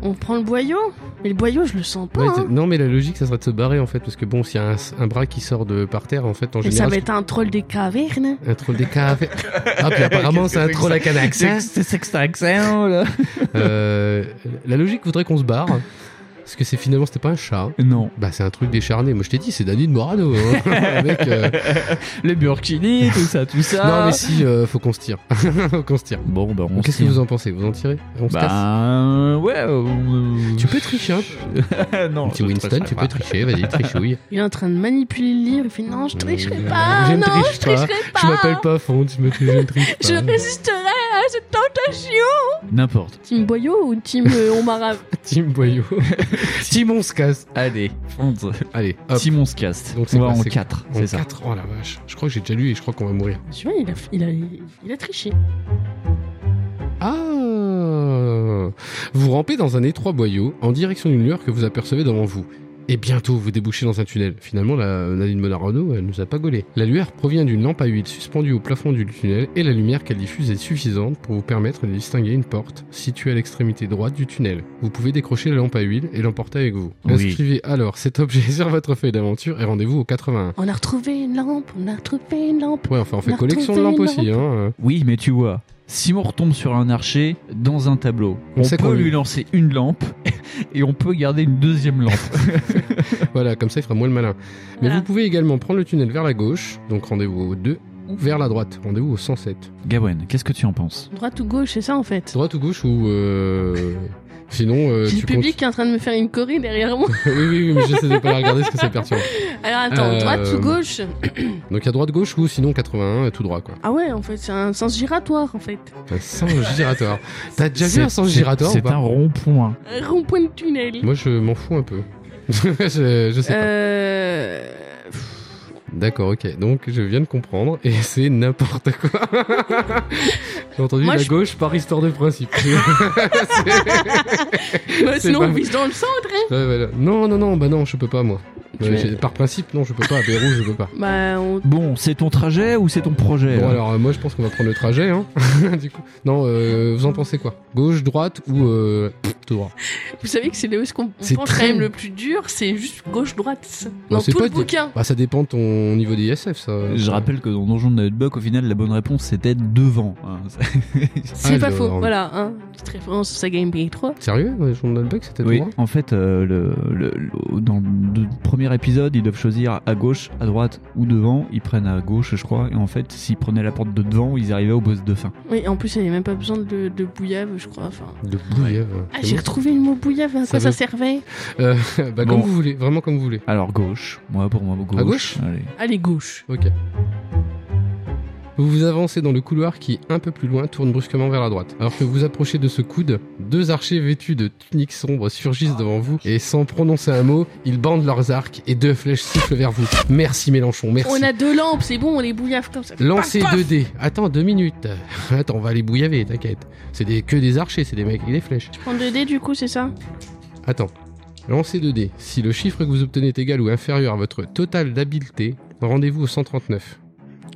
B: on prend le boyau. Mais le boyau, je le sens pas.
C: Ouais,
B: hein.
C: c'est- non, mais la logique, ça serait de se barrer, en fait. Parce que bon, s'il y a un, un bras qui sort de par terre, en fait, en
B: Et ça
C: général.
B: va être un troll des cavernes.
C: Un troll des
E: *laughs*
C: caves. Ah, puis apparemment,
E: Qu'est-ce
C: c'est
E: que
C: un
E: c'est
C: troll à Canax. hein.
D: C'est sexta accent, là
C: Euh, la logique voudrait qu'on se barre. Parce que c'est finalement, c'était pas un chat.
D: Non.
C: Bah, c'est un truc décharné. Moi, je t'ai dit, c'est Danny de Morano.
E: *laughs*
C: hein. Le mec, euh,
D: Les burkinis, tout ça, tout *laughs* ça.
C: Non, mais si, euh, faut qu'on se tire. *laughs* faut qu'on se tire.
D: Bon, bah on
C: Qu'est-ce
D: se
C: que vous
D: tient.
C: en pensez Vous en tirez On se casse
D: Bah, ouais. euh,
C: Tu peux tricher hein. un peu.
D: *laughs* non.
C: Petit Winston, tu peux tricher, vas-y,
D: *laughs*
C: trichouille.
B: Il est en train de manipuler le livre. Il fait non, je tricherai pas.
C: Je ne
B: non,
C: triche
B: je
C: pas.
B: tricherai
D: Bah.
B: pas.
C: Je m'appelle pas Fond, je me triche, je ne
D: *laughs*
C: triche pas.
B: Je
C: *laughs*
B: résisterai à cette tentation.
D: N'importe.
B: Team boyau ou team euh, on m'arrave
C: Team
D: *laughs*
C: Boyau. Team on se casse.
D: Allez, fonce.
C: Allez, hop.
D: Simon se casse.
C: Donc c'est
D: on va
C: quoi,
D: en
C: c'est-
D: 4,
C: On
D: c'est ça.
C: quatre. Oh la vache. Je crois que j'ai déjà lu et je crois qu'on va mourir.
B: *laughs* Tu vois, il a, il a, il a triché.
C: Ah Vous rampez dans un étroit boyau en direction d'une lueur que vous apercevez devant vous. Et bientôt, vous débouchez dans un tunnel. Finalement, la Nadine Monarano, elle nous a pas gaulé. La lueur provient d'une lampe à huile suspendue au plafond du tunnel et la lumière qu'elle diffuse est suffisante pour vous permettre de distinguer une porte située à l'extrémité droite du tunnel. Vous pouvez décrocher la lampe à huile et l'emporter avec vous.
D: Oui.
C: Inscrivez alors cet objet *laughs* sur votre feuille d'aventure et rendez-vous au 81.
B: On a retrouvé une lampe, on a retrouvé une lampe.
C: Ouais, enfin, on fait
B: On a
C: collection de lampes
B: retrouvé
C: aussi,
B: une
C: hein. euh.
D: Oui, mais tu vois, si on retombe sur un archer dans un tableau,
C: On
D: on,
C: sait qu'on
D: peut lui
C: lui-
D: lancer une lampe *laughs* et on peut garder une deuxième lampe. *laughs*
C: Voilà, comme ça il fera moins le malin. Mais
B: Voilà.
C: vous pouvez également prendre le tunnel vers la gauche, donc rendez-vous au 2, ou vers la droite, rendez-vous au 107.
D: Gawen, qu'est-ce que tu en penses
B: Droite ou gauche, c'est ça en fait.
C: Droite ou gauche ou... euh,
B: *laughs*
C: Sinon, euh,
B: J'ai
C: tu
B: le public qui est en train de me faire une corée derrière
C: *laughs*
B: moi.
C: comptes... oui, oui, oui, mais j'essaie de pas la regarder parce que c'est perturbant.
B: Alors attends,
C: Euh,
B: droite ou gauche
C: Donc à droite, gauche ou sinon 81, euh, tout droit quoi.
B: Ah ouais, en fait, c'est un sens giratoire en fait.
C: Un sens giratoire. T'as déjà vu un sens
D: C'est-
C: giratoire ou
D: C'est
C: pas
D: un rond-point.
B: Un Rond-point de tunnel.
C: Moi je m'en fous un peu. *laughs* je, je sais pas.
B: Euh. pff,
C: D'accord, ok. Donc je viens de comprendre et *laughs* c'est n'importe quoi. *laughs* J'ai entendu
B: Moi,
C: la
B: je-
C: gauche par histoire
B: *laughs*
C: de principe.
B: bah,
C: C'est
B: sinon,
C: pas-
B: on vise dans le centre, hein
C: Ouais, voilà. Non, non, non, bah non, je peux pas, moi.
B: Tu
C: Euh,
B: es-
C: j'ai- Par principe, non, je peux pas. À Pérou, je peux pas.
B: Bah, on.
D: Bon, c'est ton trajet ou c'est ton projet
C: Bon,
D: là
C: alors, euh, moi, je pense qu'on va prendre le trajet, hein. *laughs* du coup. Non, euh, vous en pensez quoi Gauche, droite ou euh, tout droit
B: Vous savez que c'est là où est-ce qu'on on
C: C'est
B: pense
C: très-
B: quand même le plus dur, c'est juste gauche-droite.
C: Bon,
B: Dans
C: c'est
B: tout
C: pas
B: le
C: dit-
B: bouquin.
C: Bah, ça dépend de ton niveau d'ISF, ça.
D: Euh, Je rappelle que dans Donjon de Nightbuck, au final, la bonne réponse c'était devant.
C: *laughs*
D: hein.
B: C'est pas
C: alors.
B: faux, voilà, hein. Petite référence sur sa Game Boy 3.
C: Sérieux Dans les journaux de Nalbec, c'était
D: Oui,
C: tout droit
D: en fait, euh, le, le- le- dans le premier épisode, ils doivent choisir à gauche, à droite ou devant. Ils prennent à gauche, je crois. Et en fait, s'ils prenaient la porte de devant, ils arrivaient au boss de fin.
B: Oui, en plus, il n'y a même pas besoin de, de bouillave, je crois. Enfin.
C: De bouillave.
B: Ah,
C: C'est
B: j'ai
C: bon.
B: retrouvé le mot bouillave, à
C: Ça
B: quoi ça
C: veut-
B: servait
C: Euh, *laughs* bah, comme
D: Bon.
C: vous voulez, vraiment comme vous voulez.
D: Alors gauche, moi pour moi gauche.
C: À gauche
D: Allez.
B: Allez, gauche.
C: Ok. Vous vous avancez dans le couloir qui, un peu plus loin, tourne brusquement vers la droite. Alors que vous approchez de ce coude, deux archers vêtus de tuniques sombres surgissent devant vous et sans prononcer un mot, ils bandent leurs arcs et deux flèches soufflent vers vous. Merci Mélenchon, merci.
B: On a deux lampes, c'est bon, on les bouillave comme ça.
C: Lancez
B: Paf, paf.
C: deux dés. Attends, deux minutes. *laughs* Attends, on va les bouillaver, t'inquiète. C'est des, que des archers, c'est des mecs avec des flèches.
B: Je prends deux dés, du coup, c'est ça
C: Attends. Lancez 2 dés. Si le chiffre que vous obtenez est égal ou inférieur à votre total d'habileté, rendez-vous au 139.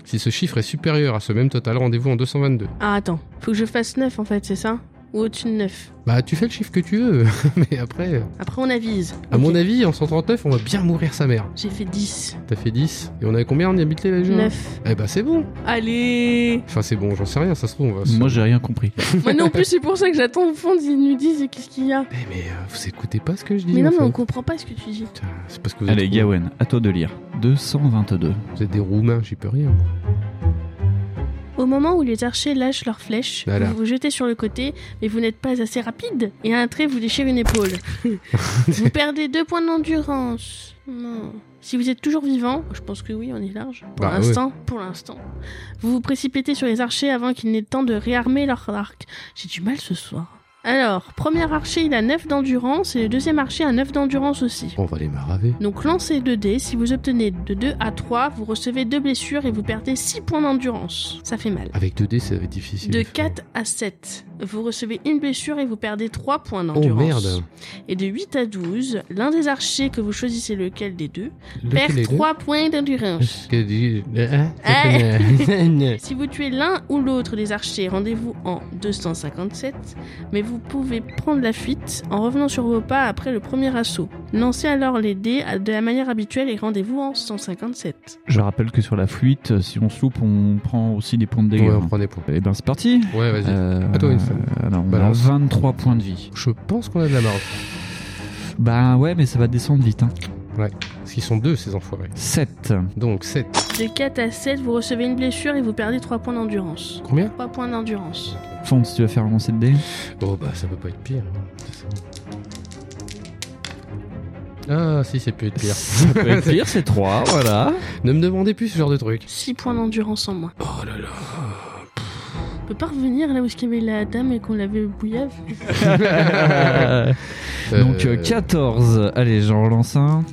C: Si ce chiffre est supérieur à ce même total, rendez-vous en 222.
B: Ah, attends. Faut que je fasse 9 en fait, c'est ça Ou au-dessus de 9
C: Bah, tu fais le chiffre que tu veux, *laughs* mais après, euh,
B: Après, on avise.
C: à
B: Ok.
C: mon avis, en 139, on va bien mourir sa mère.
B: J'ai fait 10.
C: T'as fait 10, et on avait combien en habileté là,
B: 9.
C: Eh bah, c'est bon.
B: Allez
C: Enfin, c'est Bah, bon, j'en sais rien, ça se trouve, on va se-
D: Moi, j'ai rien compris.
B: Moi non plus, c'est pour ça que j'attends au fond ils nous disent qu'est-ce qu'il y a.
C: Eh, mais euh, vous écoutez pas ce que je dis
B: Mais non,
C: en
B: mais
C: fait.
B: on comprend pas ce que tu dis.
C: Putain, C'est parce que vous êtes,
D: Allez,
C: roux-
D: Gawen, à toi de lire. 222.
C: vous êtes des Roumains, j'y peux rien.
B: Au moment où les archers lâchent leurs flèches,
C: Voilà.
B: vous vous jetez sur le côté, mais vous n'êtes pas assez rapide, et un trait vous déchire une épaule.
C: *laughs*
B: vous perdez deux points d'endurance. Non. Si vous êtes toujours vivant, je pense que oui, on est large. Pour
C: Bah,
B: l'instant, pour l'instant. Vous vous précipitez sur les archers avant qu'il n'ait le temps de réarmer leur arc. J'ai du mal ce soir. Alors, premier archer, il a 9 d'endurance, et le deuxième archer a 9 d'endurance aussi.
C: On va les maraver.
B: Donc lancez 2 dés, si vous obtenez de 2 à 3, vous recevez 2 blessures et vous perdez 6 points d'endurance. Ça fait mal.
C: Avec 2 dés, ça va être difficile.
B: De 4 à 7, vous recevez une blessure et vous perdez 3 points
C: Oh
B: d'endurance.
C: merde
B: Et de 8 à 12, l'un des archers que vous choisissez lequel des deux
C: Lequel
B: perd
C: est
B: 3 points d'endurance.
C: Que dis- Hein
B: Eh. Si vous tuez l'un ou l'autre des archers, rendez-vous en 257, mais vous pouvez prendre la fuite en revenant sur vos pas après le premier assaut. Lancez alors les dés de la manière habituelle et rendez-vous en 157.
D: Je rappelle que sur la fuite, euh, si on se loupe, on prend aussi des points de dégâts.
C: Ouais, on prend des points.
D: Eh ben, c'est parti.
C: Ouais, vas-y.
D: Euh,
C: À toi, Winston.
D: alors, on
C: Balance.
D: a 23 points de vie.
C: Je pense qu'on a de la marge.
D: Bah ouais, mais ça va descendre vite. Hein.
C: Parce qu'ils sont deux, ces enfoirés.
D: 7.
C: Donc 7.
B: De 4 à 7, vous recevez une blessure et vous perdez 3 points d'endurance.
C: Combien
B: 3 points d'endurance.
D: Fonds, tu vas faire un lancer de dés.
C: Oh bah ça peut pas être pire. hein. C'est ça. Ah si, c'est peut être *laughs* pire.
D: Ça peut être pire, c'est
C: *laughs*
D: 3, voilà.
C: Ne me demandez plus ce genre de truc.
B: 6 points d'endurance en moins.
C: Oh *laughs* là là.
B: On peut pas revenir là où il y avait la dame et qu'on l'avait bouillave
D: Donc euh, 14. Allez, j'en relance un.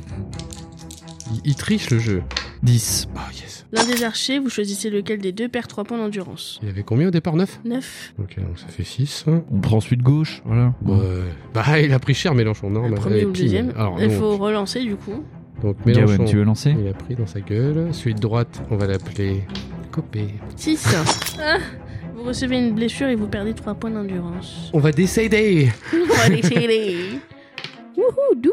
C: il- Il triche le jeu.
D: 10.
C: Ah yes.
B: L'un des archers, vous choisissez lequel des deux perd 3 points d'endurance.
C: Il avait combien au départ 9
B: 9.
C: Ok, donc ça fait 6.
D: On prend celui de gauche, voilà.
C: Bah *laughs* il a pris cher Mélenchon, non
B: Le
C: bah,
B: premier
C: allez,
B: ou le
C: pile.
B: deuxième.
C: Alors,
B: Il
C: donc,
B: faut relancer du coup.
C: donc
D: Gawen,
C: Mélenchon,
D: tu veux lancer
C: il a pris dans sa gueule. Celui de droite, on va l'appeler Copé. *laughs*
B: 6. Ah, vous recevez une blessure et vous perdez 3 points
C: *laughs*
B: d'endurance.
C: On va décéder
B: On va aller chez les- Wouhou, 12.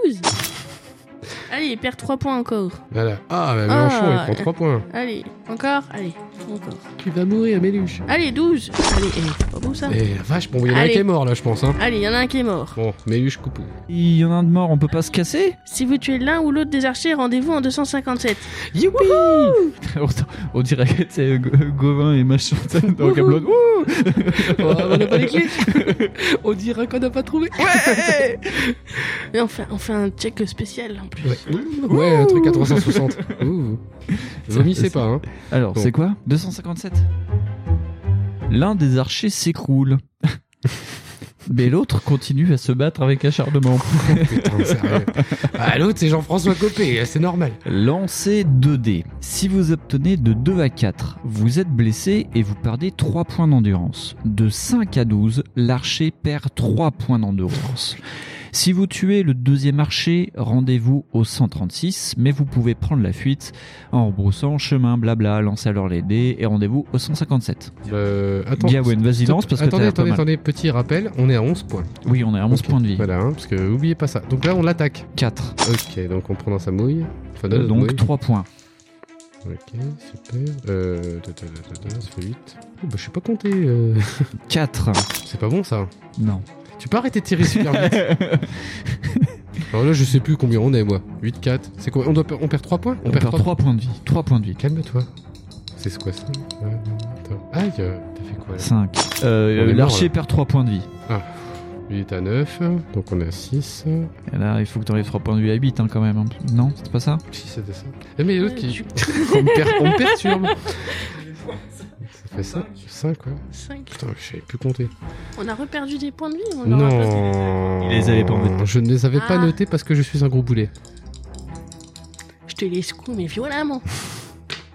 B: Allez, il perd 3 points encore.
C: Voilà. Ah, bah,
B: Ah.
C: Mélenchon, il prend 3 points.
B: Allez, encore, allez, encore.
C: Tu vas mourir, Méluche.
B: Allez, 12. Allez, eh, c'est pas beau ça
C: Eh, la vache, bon, il y en a un
B: Allez.
C: qui est mort, là, je pense. Hein.
B: Allez, il y en a un qui est mort.
C: Bon, Méluche coupe.
D: Il y en a un de mort, on peut pas se casser
B: Si vous tuez l'un ou l'autre des archers, rendez-vous en
C: *laughs*
B: 257.
C: Youpi
D: *laughs* on, on dirait que c'est Gauvin et machin t'sais, dans Camelot. Ouh
C: Oh, On n'a pas
B: *laughs*
C: les clés On dira qu'on n'a pas trouvé *laughs*
B: Et on fait, on fait un check spécial en plus.
C: Ouais, ouais un truc à *laughs* 360. Ouh. Vomissez pas, hein.
D: Alors,
C: Bon.
D: c'est quoi 257. L'un des archers *laughs* s'écroule. Mais l'autre continue à se battre avec acharnement.
C: *laughs* Putain, sérieux. Ah, l'autre, c'est Jean-François Copé, c'est normal.
D: Lancez 2 dés. Si vous obtenez de 2 à 4, vous êtes blessé et vous perdez 3 points d'endurance. De 5 à 12, l'archer perd 3 points d'endurance. Si vous tuez le deuxième archer, rendez-vous au 136, mais vous pouvez prendre la fuite en rebroussant chemin, blabla, lancez alors les dés et rendez-vous au 157.
C: Euh, attends.
D: Gawen, vas-y,
C: Stop.
D: lance parce que t'as
C: attendez,
D: l'air pas
C: attendez,
D: mal.
C: attendez, petit rappel, on est à 11 points.
D: Oui, on est à 11
C: Ok.
D: points de vie.
C: Voilà, hein, parce que oubliez pas ça. Donc là, on l'attaque.
D: 4.
C: Ok, donc on prend dans sa mouille. Enfin, dans notre mouille.
D: Euh, Donc 3 points.
C: Ok, super. Euh. ta, ta, ta, ta, ta, Ça fait 8. Oh, bah, je sais pas compter. euh.
D: 4.
C: C'est pas bon ça.
D: Non.
C: Tu peux arrêter de tirer super
D: *laughs*
C: vite. Alors là, je sais plus combien on est, moi. 8, 4. C'est quoi on, doit, on perd 3 points
D: On, perd 3...
C: trois-
D: points de vie. 3 points de vie.
C: Calme-toi. C'est quoi ça Ouais, ouais, attends. Aïe, euh, t'as fait quoi là
D: 5.
C: On est mort,
D: Euh, L'archer
C: là.
D: perd 3 points de vie.
C: Il est à 9. Donc on est à 6.
D: Et là, il faut que t'enlèves 3 points de vie à 8 hein, quand même. hein. Non, c'est pas ça
C: Si, c'était ça. Eh, mais l'autre qui. *laughs*
B: Tu-
C: on, me per- on
B: *laughs*
C: me perturbe. Ça fait ça 5, ouais.
B: Cinq.
C: Putain, je savais plus compter.
B: On a reperdu des points de vie. On leur a pas-
C: Non.
D: Il les avait pas en tête.
C: Je ne les avais pas
B: Ah.
C: notés parce que je suis un gros boulet.
B: Je te laisse coup, mais
C: *laughs*
B: violemment.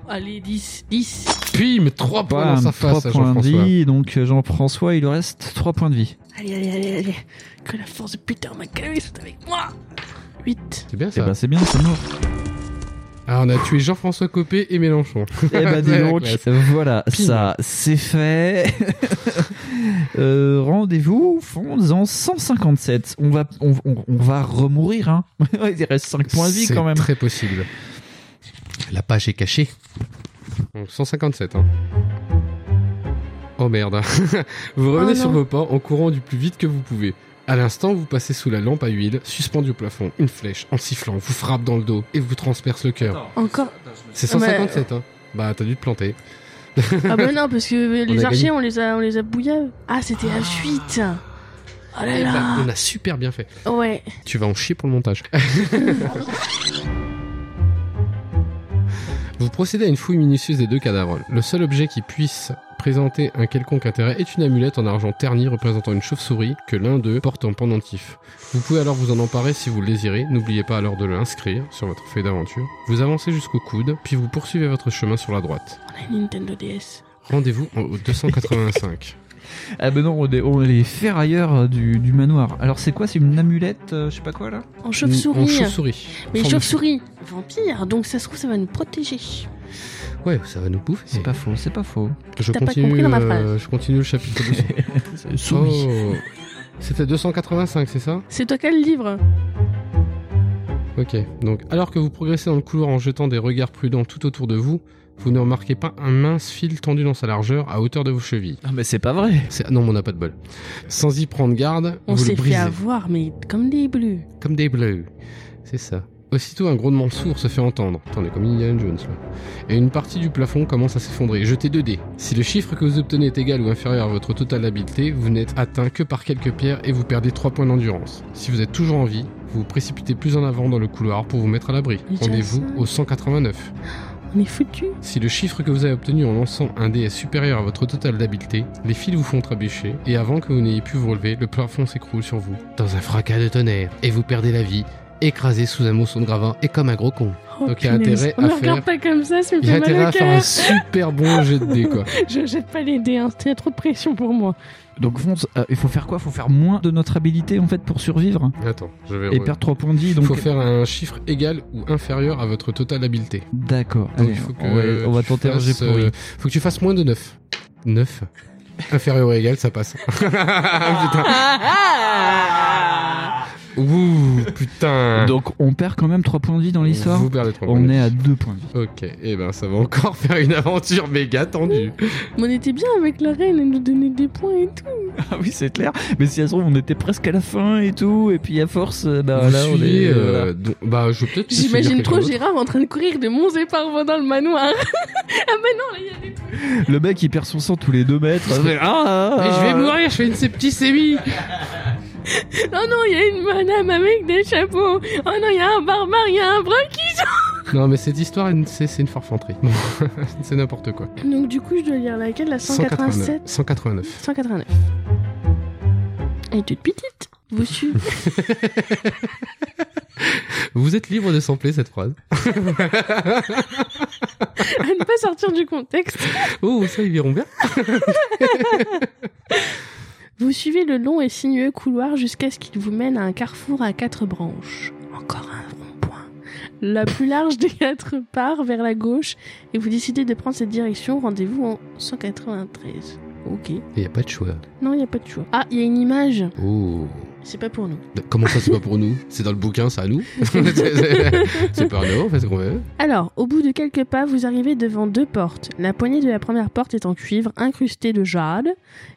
B: Allez, 10, 10.
C: Pim 3 points dans sa face, à
D: 3 points de
C: Jean-François.
D: vie. Donc euh, Jean-François, il lui reste 3 points de vie.
B: Allez, allez, allez, allez. Que la force de Peter McCallis soit avec moi. 8.
C: C'est bien
D: Eh
C: ça.
D: ben c'est bien,
C: *laughs*
D: c'est mort.
C: Ah, on a tué Jean-François Copé et Mélenchon.
D: Eh ben dis
C: C'est la
D: donc,
C: classe.
D: voilà,
C: Pile.
D: ça c'est fait. *laughs* Euh, Rendez-vous au fond en 157. On va, on, on- on va remourir. Hein. *laughs* Il reste 5 points de vie
C: C'est
D: quand même.
C: Très possible. La page est cachée. Donc 157. Hein. Oh merde. *laughs* vous revenez
B: Oh
C: sur
B: non.
C: vos pas en courant du plus vite que vous pouvez. À l'instant, vous passez sous la lampe à huile, suspendue au plafond. Une flèche, en sifflant, vous frappe dans le dos et vous transperce le cœur.
B: Encore
C: C'est
B: Mais-
C: 157, hein. Bah, t'as dû te planter.
B: Ah bah non, parce que
C: *laughs* On a
B: les
C: gagné.
B: archers, on les a, on les a bouillés. Ah, c'était
C: Ah.
B: la suite. Oh là
C: Eh bah,
B: là.
C: on a super bien fait.
B: Ouais.
C: Tu vas en chier pour le montage. *laughs* Vous procédez à une fouille minutieuse des deux cadavres. Le seul objet qui puisse présenter un quelconque intérêt est une amulette en argent terni représentant une chauve-souris que l'un d'eux porte en pendentif. Vous pouvez alors vous en emparer si vous le désirez, n'oubliez pas alors de l'inscrire sur votre feuille d'aventure. Vous avancez jusqu'au coude, puis vous poursuivez votre chemin sur la droite.
B: On a une Nintendo DS.
C: Rendez-vous au 285.
D: Ah ben non, on est, on est les ferrailleurs euh, du, du manoir. Alors c'est quoi C'est une amulette, euh, je sais pas quoi là
B: En
C: Mm,
B: *laughs*
C: En
B: chauve-souris.
C: chauve-souris.
B: Mais
C: Forme de
B: chauve-souris, vampire, donc ça se trouve, ça va nous protéger.
C: chauve- Ouais, ça va nous bouffer.
D: C'est pas faux, c'est pas faux.
C: Je
B: T'as pas
C: continue,
B: compris dans ma
C: euh,
B: phrase.
C: je continue le chapitre
B: *laughs*
C: 200.
D: *laughs* C'est Souris.
C: Oh. C'était 285, c'est ça
B: C'est toi quel livre
C: Ok. Donc, alors que vous progressez dans le couloir en jetant des regards prudents tout autour de vous, vous ne remarquez pas un mince fil tendu dans sa largeur à hauteur de vos chevilles.
D: Ah mais c'est pas vrai.
C: Oh. C'est- ah Non, mais on n'a pas de bol. Sans y prendre garde,
B: On
C: vous le
B: s'est fait
C: brisez.
B: avoir, mais comme des bleus.
C: Comme des bleus. C'est ça. Aussitôt, un grondement sourd se fait entendre. Attends, on est comme Indiana Jones, là. Et une partie du plafond commence à s'effondrer. Jetez 2 dés. Si le chiffre que vous obtenez est égal ou inférieur à votre totale d'habileté, vous n'êtes atteint que par quelques pierres et vous perdez 3 points d'endurance. Si vous êtes toujours en vie, vous vous précipitez plus en avant dans le couloir pour vous mettre à l'abri.
B: Indiana
C: Rendez-vous
B: Jones.
C: au 189.
B: On est foutus.
C: Si le chiffre que vous avez obtenu en lançant un dé est supérieur à votre total d'habileté, les fils vous font trébucher, et avant que vous n'ayez pu vous relever, le plafond s'écroule sur vous, dans un fracas de tonnerre, et vous perdez la vie, écrasé sous un monceau de gravin et comme un gros con.
B: Oh,
C: Donc, il y a
B: punaise.
C: intérêt
B: on
C: à
B: me regarde
C: faire-
B: pas comme ça, ça me
C: Il y a
B: fait
C: intérêt
B: mal au *laughs*
C: à faire un
B: cœur.
C: super bon jet de dés, quoi.
B: Je jette pas les dés, hein. c'est trop de pression pour moi.
D: Donc fonce, euh, il faut faire quoi Faut faire moins de notre habilité en fait pour survivre
C: Attends, je vais...
D: et
C: re-
D: perdre 3 points de vie. Donc
C: Bah Faut faire un chiffre égal ou inférieur à votre total d'habileté.
D: D'accord.
C: Donc,
D: Allez,
C: il faut que
D: on va, on va
C: tu
D: tenter un jet
C: fasses,
D: pourri.
C: euh, Faut que tu fasses moins de 9.
B: *laughs*
C: 9 Inférieur ou égal, ça passe. *laughs* putain. Ouh, putain.
D: Donc on perd quand même 3 points de vie dans l'histoire.
C: euh, Vous perdez trois points
D: On
C: de vie.
D: est à 2 points
C: *laughs*
D: de vie.
C: Ok, et ben ça va encore *laughs* faire une aventure méga tendue.
B: Mais on était bien avec la reine, elle nous donnait des points et tout.
D: Ah oui, c'est clair. Mais si ça se trouve, on était presque à la fin et tout. Et puis à force, euh, bah
C: Vous
D: là, on
C: suivez,
D: est.
C: euh,
D: voilà.
C: donc- bah je vais peut-être. vous
B: J'imagine
C: suivre
B: trop
C: quelqu'un d'autre.
B: Gérard en train de courir de monts et parvent dans le manoir. *laughs* ah bah non, là il y a des trucs.
D: Le mec, il perd son sang tous les 2 mètres. Ah, ah, ah,
C: Eh, je vais mourir, je fais une septicémie.
B: Non, non, il y a une madame avec des chapeaux. Oh non, il y a un barbare, il y a un brun qui...
C: non mais cette histoire, elle- c'est c'est une forfanterie. *laughs* c'est n'importe quoi.
B: Donc du coup, je dois lire laquelle La 187
C: 189.
B: 189. Elle est toute petite. Vous suivez
C: Vous êtes libre de sampler cette phrase.
B: à ne pas sortir du contexte.
C: Oh, ça ils verront bien.
B: Vous suivez le long et sinueux couloir jusqu'à ce qu'il vous mène à un carrefour à quatre branches. Encore un rond-point. La plus large des quatre part vers la gauche et vous décidez de prendre cette direction. Rendez-vous en 193. Ok.
C: Il y a pas de choix.
B: Non, il n'y a pas de choix. Ah, il y a une image.
C: Oh.
B: C'est pas pour nous.
C: Comment ça c'est pas pour nous C'est dans le bouquin, ça à *laughs* nous. C'est- c'est c'est pas à nous, on fait ce qu'on veut.
B: Alors, au bout de quelques pas, vous arrivez devant deux portes. La poignée de la première porte est en cuivre incrustée de jade,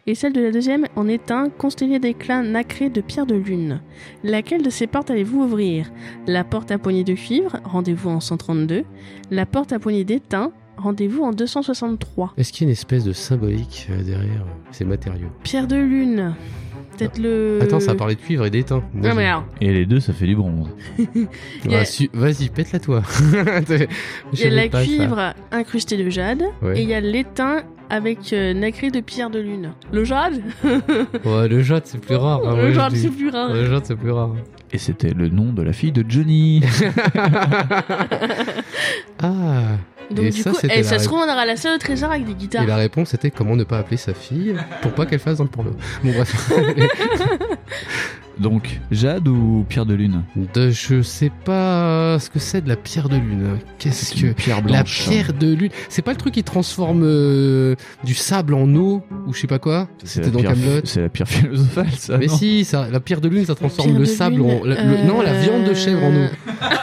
B: et celle de la deuxième en étain constellée d'éclats nacrés de pierre de lune. Laquelle de ces portes allez-vous ouvrir La porte à poignée de cuivre, rendez-vous en 132. La porte à poignée d'étain, rendez-vous en 263.
C: Est-ce qu'il y a une espèce de symbolique euh, derrière euh, ces matériaux
B: Pierre de lune. Peut-être le.
C: Attends, ça a parlé de cuivre et d'étain. Moi,
B: Non, Hmm. Ah, mais
C: j'ai-
B: alors,
D: Et les deux, ça fait du bronze.
B: Il y a-
C: Ouais, su- Vas-y, pète-la toi. *laughs* T'es-
B: il y a
C: j'avais
B: la
C: pas ça.
B: cuivre incrustée de jade,
C: Ouais.
B: et il y a l'étain avec euh, nacré de pierre de lune. Le jade *laughs*
C: Ouais, le jade, c'est plus rare. hein,
B: Le
C: moi, je
B: jade,
C: dis.
B: c'est plus rare.
C: Ouais, Le jade, c'est
B: *laughs*
C: plus rare.
D: Et c'était le nom de la fille de *laughs* Johnny.
C: ah,
B: Donc
C: Et
B: du
C: ça,
B: coup,
C: c'était
B: eh,
C: la
B: ça se
C: ré-
B: trouve, on aura la salle au trésor avec des
C: et
B: guitares.
C: la
B: *laughs*
C: réponse était comment ne pas appeler sa fille pour pas qu'elle fasse dans le porno. Bon, bref.
D: Donc, Jade ou Pierre de Lune
C: De- je sais pas ce que c'est de la pierre de lune. Qu'est-ce que.
D: Une pierre
C: La
D: blanche. hein.
C: pierre de lune. C'est pas le truc qui transforme euh, du sable en eau ou je sais pas quoi
D: C'est
C: C'était
D: la
C: dans
D: pierre-
C: Camelot.
D: C'est la pierre philosophale, ça.
C: Mais
D: Ah non
C: si, ça, la pierre de lune, ça transforme
B: pierre
C: le
B: de
C: sable
B: lune,
C: en. la- le-
B: euh,
C: Non, la viande de
B: *laughs*
C: chèvre en eau. *laughs*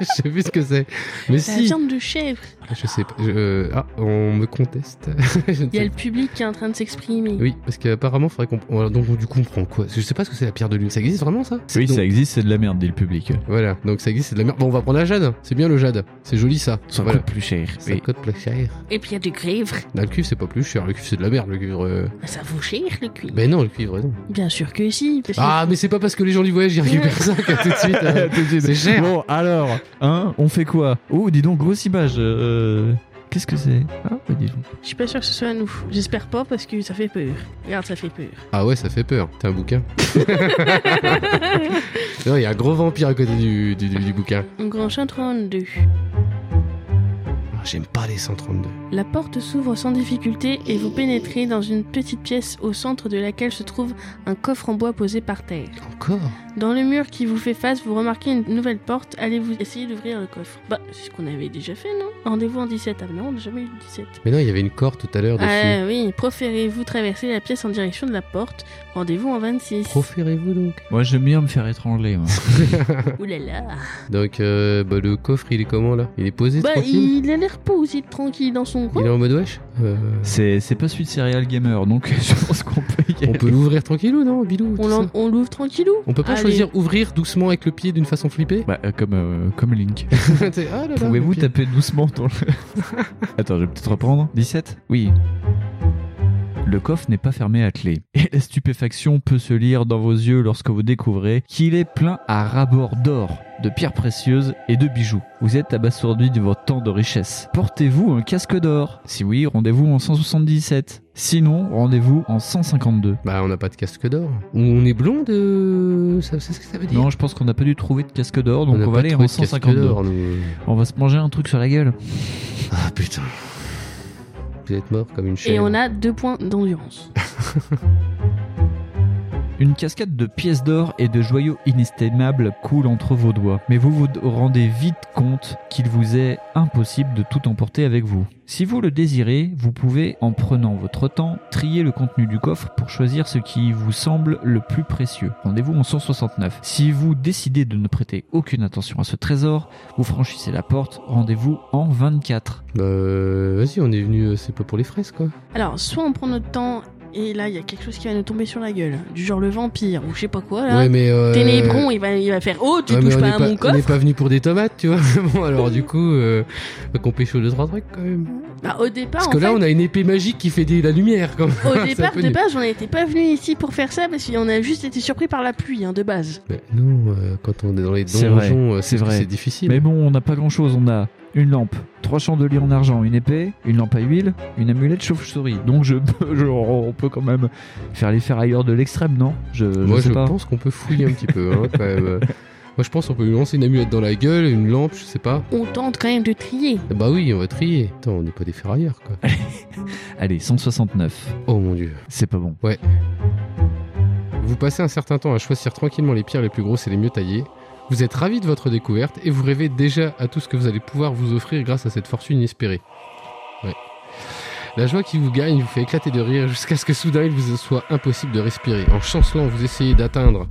C: je sais plus ce que c'est. Mais
B: La
C: si.
B: viande de chèvre.
C: Je sais pas. je- Ah, on me conteste. *laughs* Je ne
B: Il y a
C: sais
B: le public qui est en train de s'exprimer.
C: Oui, parce qu'apparemment, faudrait qu'on. Voilà, donc, du coup, on prend quoi Parce que Je sais pas ce que c'est la pierre de lune. Ça existe vraiment, ça
D: Oui,
C: Donc,
D: ça existe, c'est de la merde, dit le public.
C: Voilà, donc ça existe, c'est de la merde. Bon, on va prendre la jade. C'est bien le jade. C'est joli, ça.
D: Ça
C: voilà.
D: coûte plus cher.
C: Ça coûte plus cher.
B: Et puis il y a du cuivre.
C: Là, le cuivre, c'est pas plus cher. Le cuivre, c'est de la merde, le cuivre. euh.
B: Ça vaut cher le cuivre.
C: Ben non, le cuivre, non.
B: Bien sûr que si. parce que-
C: Ah, mais c'est pas parce que les gens du voyage, ils récupèrent ça que *laughs* tout de suite. euh, C'est cher.
D: Bon, alors, hein, on fait quoi Oh, dis donc, grosse image. euh, Qu'est-ce que c'est Ah, bah, dis donc.
B: Je suis pas sûr que ce soit à nous. J'espère pas parce que ça fait peur. Regarde, ça fait peur.
C: Ah ouais, ça fait peur. T'as un bouquin *laughs* Non, il y a un gros vampire à côté du, du, du- du bouquin.
B: Un grand chien 32.
C: Ah, J'aime pas les 132.
B: La porte s'ouvre sans difficulté et vous pénétrez dans une petite pièce au centre de laquelle se trouve un coffre en bois posé par terre.
C: Encore
B: Dans le mur qui vous fait face, vous remarquez une nouvelle porte. Allez-vous essayer d'ouvrir le coffre Bah, c'est ce qu'on avait déjà fait, non Rendez-vous en 17. Ah non, on n'a jamais eu le 17.
C: Mais non, il y avait une corde tout à l'heure dessus.
B: Ah oui, proférez-vous traverser la pièce en direction de la porte. Rendez-vous en 26.
C: Proférez-vous donc.
D: Moi, j'aime bien me faire étrangler. *laughs* moi.
B: Ouh là là.
C: *laughs* Donc, euh, bah, le coffre, il est comment là Il est posé
B: Bah,
C: tranquille
B: il a l'air posé tranquille dans son
C: Il
B: coin.
C: est en mode wesh
B: *laughs*
C: Euh,
D: c'est c'est pas celui de Serial Gamer, donc *laughs* je pense qu'on peut y
C: On
D: aller.
C: peut l'ouvrir tranquille ou non, Bilou tout
B: On
C: ça
B: l'en- on l'ouvre tranquillou.
C: On peut pas
B: Allez.
C: choisir ouvrir doucement avec le pied d'une
B: *laughs*
C: façon flippée
D: Bah, euh, comme, euh, comme Link.
C: T'es- ah là là,
D: *laughs* Pouvez-vous
C: le pied.
D: taper doucement dans le... *laughs* Attends, je vais peut-être reprendre. 17 Oui. Le coffre n'est pas fermé à clé. *laughs* Et la stupéfaction peut se lire dans vos yeux lorsque vous découvrez qu'il est plein à rabord d'or, de pierres précieuses et de bijoux. Vous êtes abasourdi de votre temps de richesse. Portez-vous un casque d'or Si oui, rendez-vous en 177. Sinon, rendez-vous en 152.
C: Bah, on n'a pas de casque d'or. Ou on est blond de. Ça, c'est ce que ça veut dire
D: Non, je pense qu'on n'a pas dû trouver de casque d'or, donc
C: n'a
D: on,
C: pas
D: va aller
C: trouvé
D: en
C: de casque
D: 152.
C: d'or, nous.
D: On va se manger un truc sur la gueule.
C: Ah putain. Vous êtes mort comme une chèvre.
B: Et on a deux points
C: *laughs*
B: d'endurance.
D: Une cascade de pièces d'or et de joyaux inestimables coule entre vos doigts, mais vous vous rendez vite compte qu'il vous est impossible de tout emporter avec vous. Si vous le désirez, vous pouvez, en prenant votre temps, trier le contenu du coffre pour choisir ce qui vous semble le plus précieux. Rendez-vous en 169. Si vous décidez de ne prêter aucune attention à ce trésor, vous franchissez la porte, rendez-vous en 24.
C: Bah, euh, vas-y, on est venu, euh, c'est pas pour les fraises quoi.
B: Alors, soit on prend notre temps et là, il y a quelque chose qui va nous tomber sur la gueule. Du genre le vampire ou je sais pas quoi là.
C: Ouais, mais. Euh...
B: Ténébron, il va, il va faire Oh, tu
C: ouais, mais
B: touches
C: on
B: pas
C: est
B: à mon
C: On
B: coffre
C: n'est pas venu pour des tomates, tu vois. *laughs* bon, alors du coup, euh, faut qu'on pêche aux deux trois trucs quand même.
B: Bah, Au départ,
C: Parce
B: en
C: que là,
B: fait,
C: on a une épée magique qui fait des... la lumière quand même. C'est un
B: *laughs* au départ,
C: peu
B: de
C: nul.
B: base, on n'était pas venu ici pour faire ça parce qu'on a juste été surpris par la pluie hein, de base.
C: Mais non, euh, quand on est dans les
D: C'est vrai,
C: donjons, euh,
D: c'est
C: c'est
D: vrai.
C: c'est difficile.
D: Mais bon, on n'a pas grand-chose, on a une lampe, trois chandeliers en argent, une épée, une lampe à huile, une amulette chauve-souris. Donc je, peux- *laughs* je- on peut quand même faire les ferrailleurs de l'extrême, non je, Euh, je
C: Moi,
D: sais
C: je
D: pas.
C: pense qu'on peut fouiller un petit peu hein, quand même.
D: *laughs*
C: Euh, Moi, je pense qu'on peut lui lancer une amulette dans la gueule, une lampe, je sais pas.
B: On tente quand même de trier.
C: Bah oui, on va trier. Attends, on n'est pas des ferrailleurs quoi.
D: Allez, 169.
C: Oh mon dieu.
D: C'est pas bon.
C: Vous passez un certain temps à choisir tranquillement les pierres les plus grosses et les mieux taillées. Vous êtes ravi de votre découverte et vous rêvez déjà à tout ce que vous allez pouvoir vous offrir grâce à cette fortune inespérée. Ouais. La joie qui vous gagne vous fait éclater de rire jusqu'à ce que soudain il vous soit impossible de respirer. En chancelant, vous essayez d'atteindre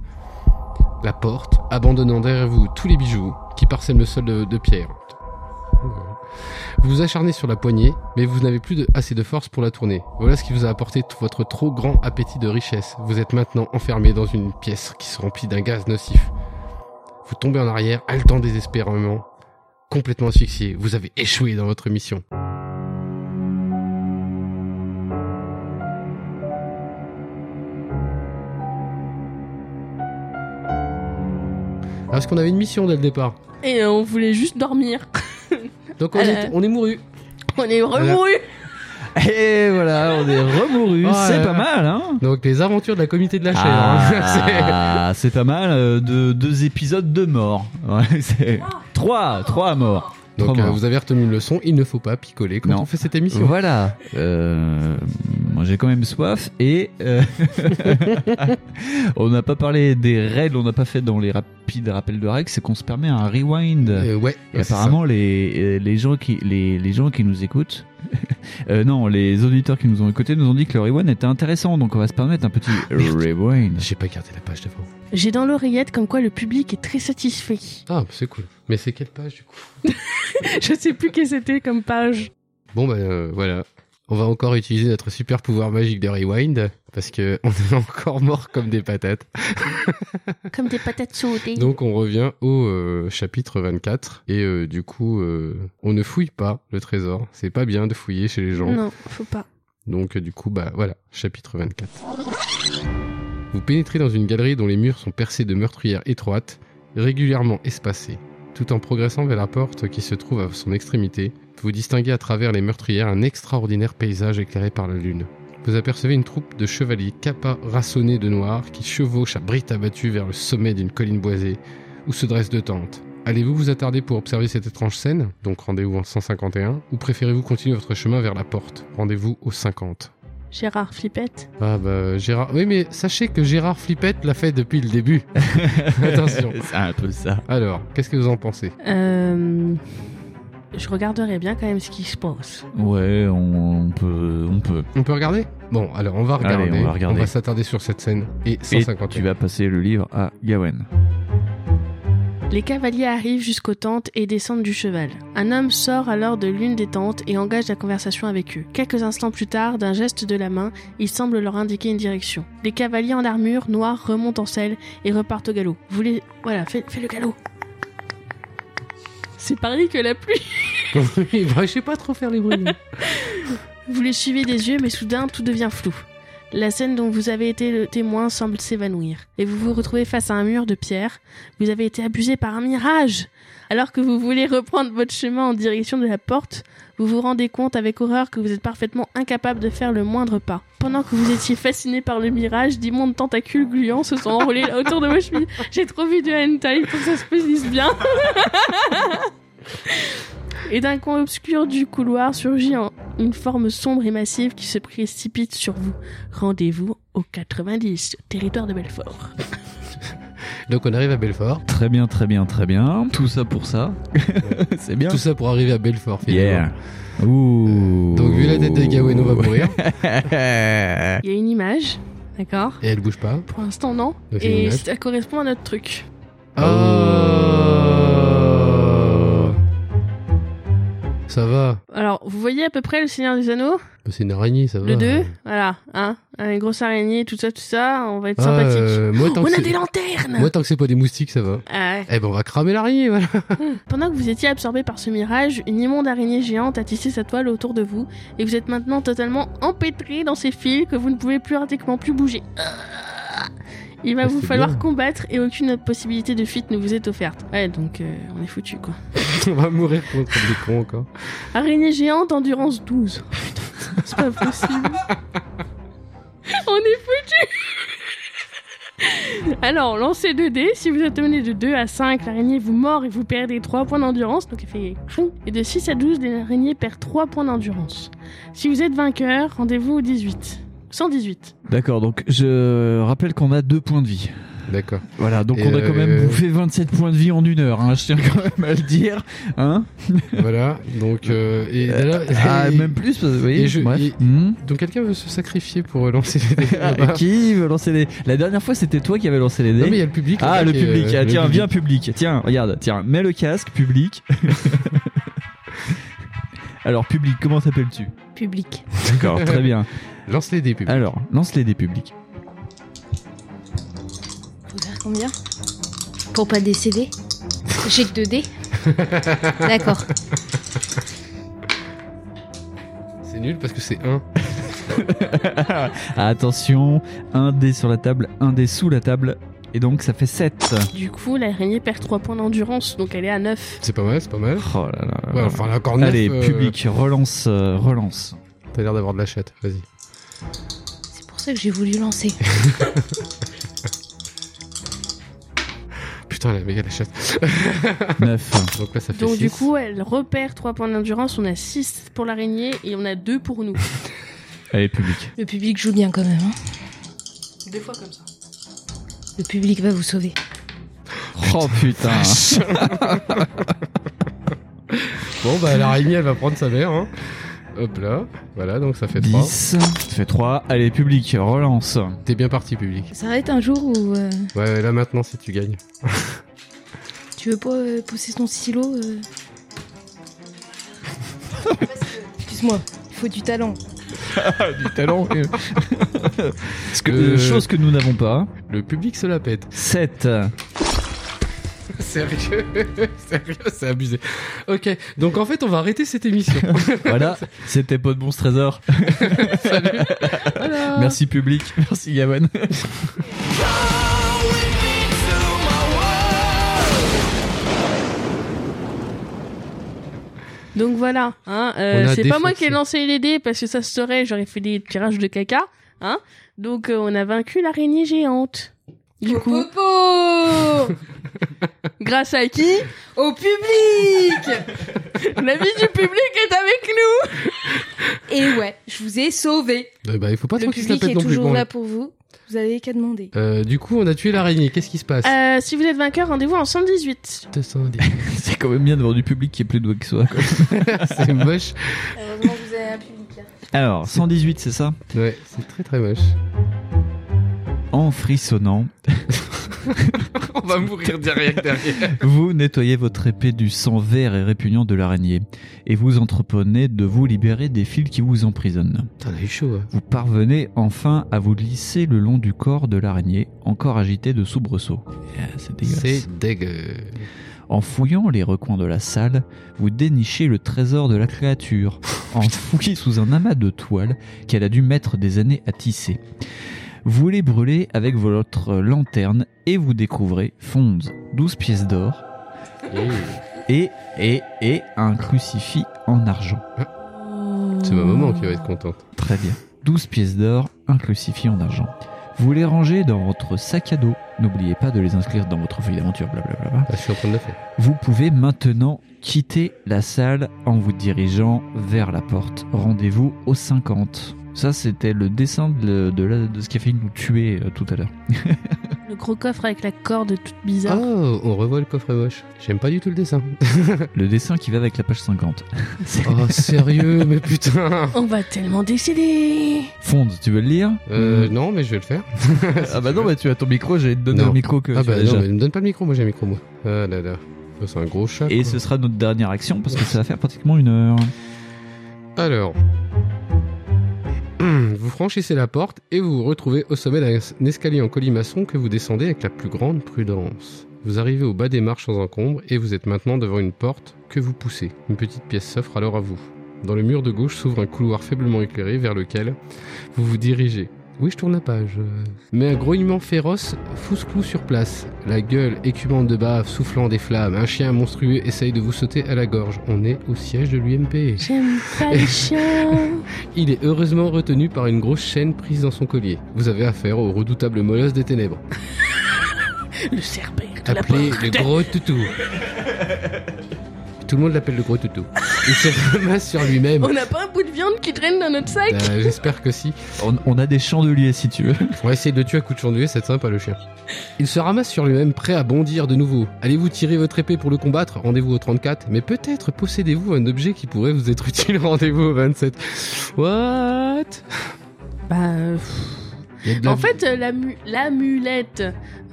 C: la porte, abandonnant derrière vous tous les bijoux qui parsèment le sol de, de pierre. Vous vous acharnez sur la poignée, mais vous n'avez plus de- assez de force pour la tourner. Voilà ce qui vous a apporté tout votre trop grand appétit de richesse. Vous êtes maintenant enfermé dans une pièce qui se remplit d'un gaz nocif. Vous tombez en arrière, haletant désespérément, complètement asphyxié. Vous avez échoué dans votre mission. Ah, Parce qu'on avait une mission dès le départ.
B: Et euh, on voulait juste dormir. *laughs*
C: Donc on,
B: Euh.
C: est, on est mouru.
B: on est remouru.
D: Et voilà, on est remouru.
C: Ouais.
D: c'est pas mal, hein
C: Donc les aventures de la comité de la chaîne. hein. *laughs*
D: *laughs* ah, c'est pas mal. euh, de, deux épisodes de mort. Ouais, c'est- trois, trois morts.
C: Donc
D: Trop
C: euh,
D: bien.
C: vous avez retenu une leçon, il ne faut pas picoler quand
D: Non.
C: on fait cette émission.
D: Voilà. Euh, moi, j'ai quand même soif et euh, *laughs* on n'a pas parlé des règles, on n'a pas fait dans les rapides rappels de règles, c'est qu'on se permet un rewind.
C: Euh, ouais,
D: Et
C: ouais, c'est
D: apparemment, les, euh, les, gens qui, les, les gens qui nous écoutent, *laughs* euh, non, les auditeurs qui nous ont écoutés nous ont dit que le rewind était intéressant, donc on va se permettre
C: *laughs*
D: un petit rewind.
C: ça. J'ai pas gardé la page devant.
B: J'ai dans l'oreillette comme quoi le public est très satisfait. *laughs*
C: Ah, c'est cool. Mais c'est quelle page du coup
B: Je sais plus quelle c'était comme page.
C: Bon, bah euh, voilà. On va encore utiliser notre super pouvoir magique de rewind parce que *laughs* on est encore mort comme des patates.
B: Comme des patates sautées.
C: Donc on revient au euh, chapitre 24 et euh, du coup euh, on ne fouille pas le trésor. C'est pas bien de fouiller chez les gens.
B: Non, faut pas.
C: Donc euh, du coup, bah voilà, chapitre 24. Vous pénétrez dans une galerie dont les murs sont percés de meurtrières étroites, régulièrement espacées. Tout en progressant vers la porte qui se trouve à son extrémité, vous distinguez à travers les meurtrières un extraordinaire paysage éclairé par la lune. Vous apercevez une troupe de chevaliers capas rassonnés de noir qui chevauchent à bride abattue vers le sommet d'une colline boisée où se dressent deux tentes. Allez-vous vous attarder pour observer cette étrange scène, donc rendez-vous en 151, ou préférez-vous continuer votre chemin vers la porte, rendez-vous au 50
B: Gérard Flippette.
C: Ah bah Gérard... Oui mais sachez que Gérard Flippette l'a fait depuis le début. *laughs* Attention.
D: *laughs* c'est un peu ça.
C: Alors, qu'est-ce que vous en pensez
B: Euh, Je regarderai bien quand même ce qui se passe.
D: Ouais, on, on peut, on peut.
C: On peut regarder Bon, alors on va
D: Allez,
C: regarder.
D: on va regarder.
C: s'attarder sur cette scène. Et
D: Et
C: 151. *laughs*
D: tu vas passer le livre à Gawen.
B: Les cavaliers arrivent jusqu'aux tentes et descendent du cheval. Un homme sort alors de l'une des tentes et engage la conversation avec eux. Quelques instants plus tard, d'un geste de la main, il semble leur indiquer une direction. Les cavaliers en armure noire remontent en selle et repartent au galop. Vous les... Voilà, fais, fais le galop. C'est pareil que la pluie.
C: Oui, bah, je sais pas trop faire les
D: *laughs*
C: bruits.
B: Vous les suivez des yeux, mais soudain tout devient flou. La scène dont vous avez été le témoin semble s'évanouir, et vous vous retrouvez face à un mur de pierre. Vous avez été abusé par un mirage. Alors que vous voulez reprendre votre chemin en direction de la porte, vous vous rendez compte avec horreur que vous êtes parfaitement incapable de faire le moindre pas. Pendant que vous étiez fasciné par le mirage, d'immondes tentacules gluants se sont enroulés autour de vos chemises. J'ai trop vu de hentai pour que ça se précise bien. Et d'un coin obscur du couloir surgit en- une forme sombre et massive qui se précipite sur vous. Rendez-vous au 90, territoire de Belfort.
C: Donc on arrive à Belfort.
D: Très bien, très bien, très bien. Tout ça pour ça. *laughs* c'est bien.
C: Tout ça pour arriver à Belfort. finalement.
D: Yeah. Ouh.
C: Donc vu la tête de Gawain, on va
D: *laughs*
C: mourir.
B: Il y a une image, d'accord
C: Et elle bouge pas.
B: Pour l'instant, non.
C: Donc, c'est une
B: Et
C: image.
B: ça correspond à notre truc.
C: Oh. Ça va.
B: Alors, vous voyez à peu près le Seigneur des Anneaux
C: Bah, C'est une araignée, ça va.
B: Le 2 Voilà, hein Une grosse araignée, tout ça, tout ça, on va être
C: Ah,
B: sympathique.
C: euh, moi, tant
B: on
C: que
B: a
C: c'est-
B: des lanternes
C: Moi, tant que c'est pas des moustiques, ça va.
B: Ah,
C: Eh ben, on va cramer l'araignée, voilà. *laughs*
B: Pendant que vous étiez absorbé par ce mirage, une immonde araignée géante a tissé sa toile autour de vous et vous êtes maintenant totalement empêtré dans ces fils que vous ne pouvez plus pratiquement plus bouger. Il va
C: Ah,
B: vous
C: c'est
B: falloir
C: bien.
B: combattre et aucune autre possibilité de fuite ne vous est offerte. Ouais, donc euh, on est foutu quoi.
C: on va mourir contre des cons encore.
B: Araignée géante, endurance 12. Oh, putain, *laughs* c'est pas
C: *laughs*
B: possible. on est foutu. Alors, lancez 2 dés. Si vous êtes mené de 2 à 5, l'araignée vous mord et vous perdez 3 points d'endurance. Donc, elle fait clon. Et de 6 à 12, l'araignée perd 3 points d'endurance. Si vous êtes vainqueur, rendez-vous au 18. 118.
D: D'accord, donc je rappelle qu'on a deux points de vie.
C: D'accord.
D: Voilà, donc
C: Et
D: on a
C: euh,
D: quand même bouffé 27 points de vie en une heure, hein, je tiens quand même à le dire. Hein
C: voilà. Donc, euh, et,
D: ah, même plus, parce que, vous voyez,
C: et je-
D: bref.
C: et-
D: Hmm.
C: Donc, quelqu'un veut se sacrifier pour euh, lancer les dés
D: *laughs* Ah,
C: là-bas
D: qui veut lancer les La dernière fois, c'était toi qui avais lancé les dés.
C: Non, mais il y a le public.
D: ah,
C: là-bas,
D: le
C: qui est,
D: public,
C: euh,
D: ah,
C: le
D: tiens,
C: public.
D: viens public, tiens, regarde, tiens, mets le casque, *laughs* public. Alors, public, comment s'appelles-tu
B: Public.
D: D'accord, très *laughs* bien.
C: Lance les dés, public.
D: Alors, lance les dés publics. *laughs*
E: Faut faire combien Pour pas décéder J'ai que 2 dés
C: *laughs*
E: D'accord.
C: C'est nul parce que c'est 1.
D: Attention, un dé sur la table, un dé sous la table, et donc ça fait 7.
B: Du coup, l'araignée perd 3 points d'endurance. Donc, elle est à 9.
C: C'est pas mal, c'est pas mal.
D: Oh là là. euh,
C: Ouais, enfin, là, encore 9.
D: Allez, public, relance, euh, *laughs* relance.
C: T'as l'air d'avoir de la chatte, vas-y.
E: C'est pour ça que j'ai voulu lancer.
C: Putain, putain, elle a méga la chatte.
D: 9.
C: Donc là, ça fait
B: Donc du
C: six.
B: coup, elle repère 3 points d'endurance, on a 6 pour l'araignée et on a 2 pour nous.
D: Allez, public.
E: Le public joue bien quand même. hein.
B: Des fois comme ça.
E: Le public va vous sauver.
D: Oh
E: *laughs*
D: putain.
C: Bon, bah, l'araignée, elle va prendre sa mère, hein. Hop là. Voilà, donc ça fait 3.
D: 10. Ça fait 3. Allez, public, relance.
C: T'es bien parti, public.
E: Ça va être un jour où euh,
C: Ouais, ouais, là maintenant, si tu gagnes.
E: tu veux pas euh, pousser ton
B: *laughs*
E: silo. euh Excuse-moi, il faut du talent.
C: Du talent. euh,
D: Parce que,
C: Euh,
D: Chose que nous n'avons pas.
C: *laughs* Le public se la pète.
D: 7.
C: *laughs* Sérieux, *laughs* sérieux, c'est abusé. Ok, donc en fait, on va arrêter cette émission. *laughs*
D: *laughs* Voilà, c'était pas de bons *laughs* trésors.
C: Voilà.
D: Merci public, merci Gavin.
B: Donc voilà, hein, euh,
C: On a
B: c'est pas moi
C: défoncé.
B: qui ai lancé les dés parce que ça se serait, j'aurais fait des tirages de caca, hein. Donc euh, on a vaincu l'araignée géante. Du coup,
E: *laughs*
B: grâce à qui Au public La vie du public est avec nous
E: Et ouais, je vous ai sauvé.
C: Euh, bah, il faut pas
E: Le
C: trop qu'il se la
E: public est
C: pète non plus.
E: toujours
C: bon.
E: là pour vous. Vous avez qu'à demander.
C: Euh, du coup, on a tué l'araignée. Qu'est-ce qui se passe
B: euh, Si vous êtes vainqueur, rendez-vous en 118.
C: 210.
D: *laughs* C'est quand même bien d'avoir du public qui est plus doué que soi. quoi.
C: *laughs* c'est moche.
E: Heureusement que vous avez un public. hein.
D: Alors, 118, c'est ça
C: Ouais, c'est très très moche.
D: En frissonnant,
C: On va mourir direct derrière.
D: vous nettoyez votre épée du sang vert et répugnant de l'araignée, et vous entreprenez de vous libérer des fils qui vous emprisonnent.
C: Putain, on a eu chaud. hein.
D: Vous parvenez enfin à vous glisser le long du corps de l'araignée, encore agité de soubresauts. Ah, C'est dégueulasse.
C: C'est dégueu.
D: En fouillant les recoins de la salle, vous dénichez le trésor de la *laughs* créature, enfoui sous un amas de toile qu'elle a dû mettre des années à tisser. Vous les brûlez avec votre lanterne et vous découvrez Fonds, 12 pièces d'or
C: Mmh.
D: et, et, et un crucifix en argent.
C: C'est ma maman qui va être contente.
D: Très bien. 12 pièces d'or, un crucifix en argent. Vous les rangez dans votre sac à dos. N'oubliez pas de les inscrire dans votre feuille d'aventure, blablabla.
C: Ah, je suis en train de le faire.
D: Vous pouvez maintenant quitter la salle en vous dirigeant vers la porte. Rendez-vous au 50. Ça, c'était le dessin de, de la- de ce qui a fait nous tuer euh, tout à l'heure.
B: Le gros coffre avec la corde toute bizarre.
C: Oh, on revoit le coffre moche. J'aime pas du tout le dessin.
D: Le dessin qui va avec la page *laughs* 50.
C: Oh, sérieux, mais putain.
B: Oh. On va tellement décéder
D: Fonde, tu veux le lire
C: Euh,
D: Mm.
C: non, mais je vais le faire. *laughs*
D: Ah bah non, bah tu as ton micro, j'ai donné
C: Non.
D: le micro que
C: Ah
D: tu as
C: bah
D: déjà.
C: non, mais ne me donne pas le micro, moi j'ai un micro, moi. Ah là là. Ça, C'est un gros chat.
D: Et
C: quoi.
D: ce sera notre dernière action parce que ça va faire pratiquement une heure.
C: Alors. hum, Vous franchissez la porte et vous vous retrouvez au sommet d'un escalier en colimaçon que vous descendez avec la plus grande prudence. Vous arrivez au bas des marches sans encombre et vous êtes maintenant devant une porte que vous poussez. Une petite pièce s'offre alors à vous. Dans le mur de gauche s'ouvre un couloir faiblement éclairé vers lequel vous vous dirigez. Oui, je tourne la page. euh. Mais un grognement féroce fousclou sur place. La gueule écumante de bave, soufflant des flammes. Un chien monstrueux essaye de vous sauter à la gorge. On est au siège de l'UMP.
B: J'aime pas
C: *laughs*
B: les chiens
C: Il est heureusement retenu par une grosse chaîne prise dans son collier. Vous avez affaire au redoutable molosse des ténèbres,
B: Le cerbère de la
C: appelé
B: porte.
C: le gros toutou. Tout le monde l'appelle le gros toutou. Il se ramasse sur lui-même.
B: On n'a pas un bout de viande qui traîne dans notre sac
C: Euh, J'espère que si.
D: On, on a des chandeliers si tu veux. *laughs*
C: On va essayer de le tuer à coup de chandelier, c'est sympa le chien. Il se ramasse sur lui-même, prêt à bondir de nouveau. Allez-vous tirer votre épée pour le combattre Rendez-vous au 34. Mais peut-être possédez-vous un objet qui pourrait vous être utile. *laughs* Rendez-vous au 27. What
B: Bah, euh,
C: Il y a de la
B: en
C: vie-
B: fait, euh, l'amu- l'amulette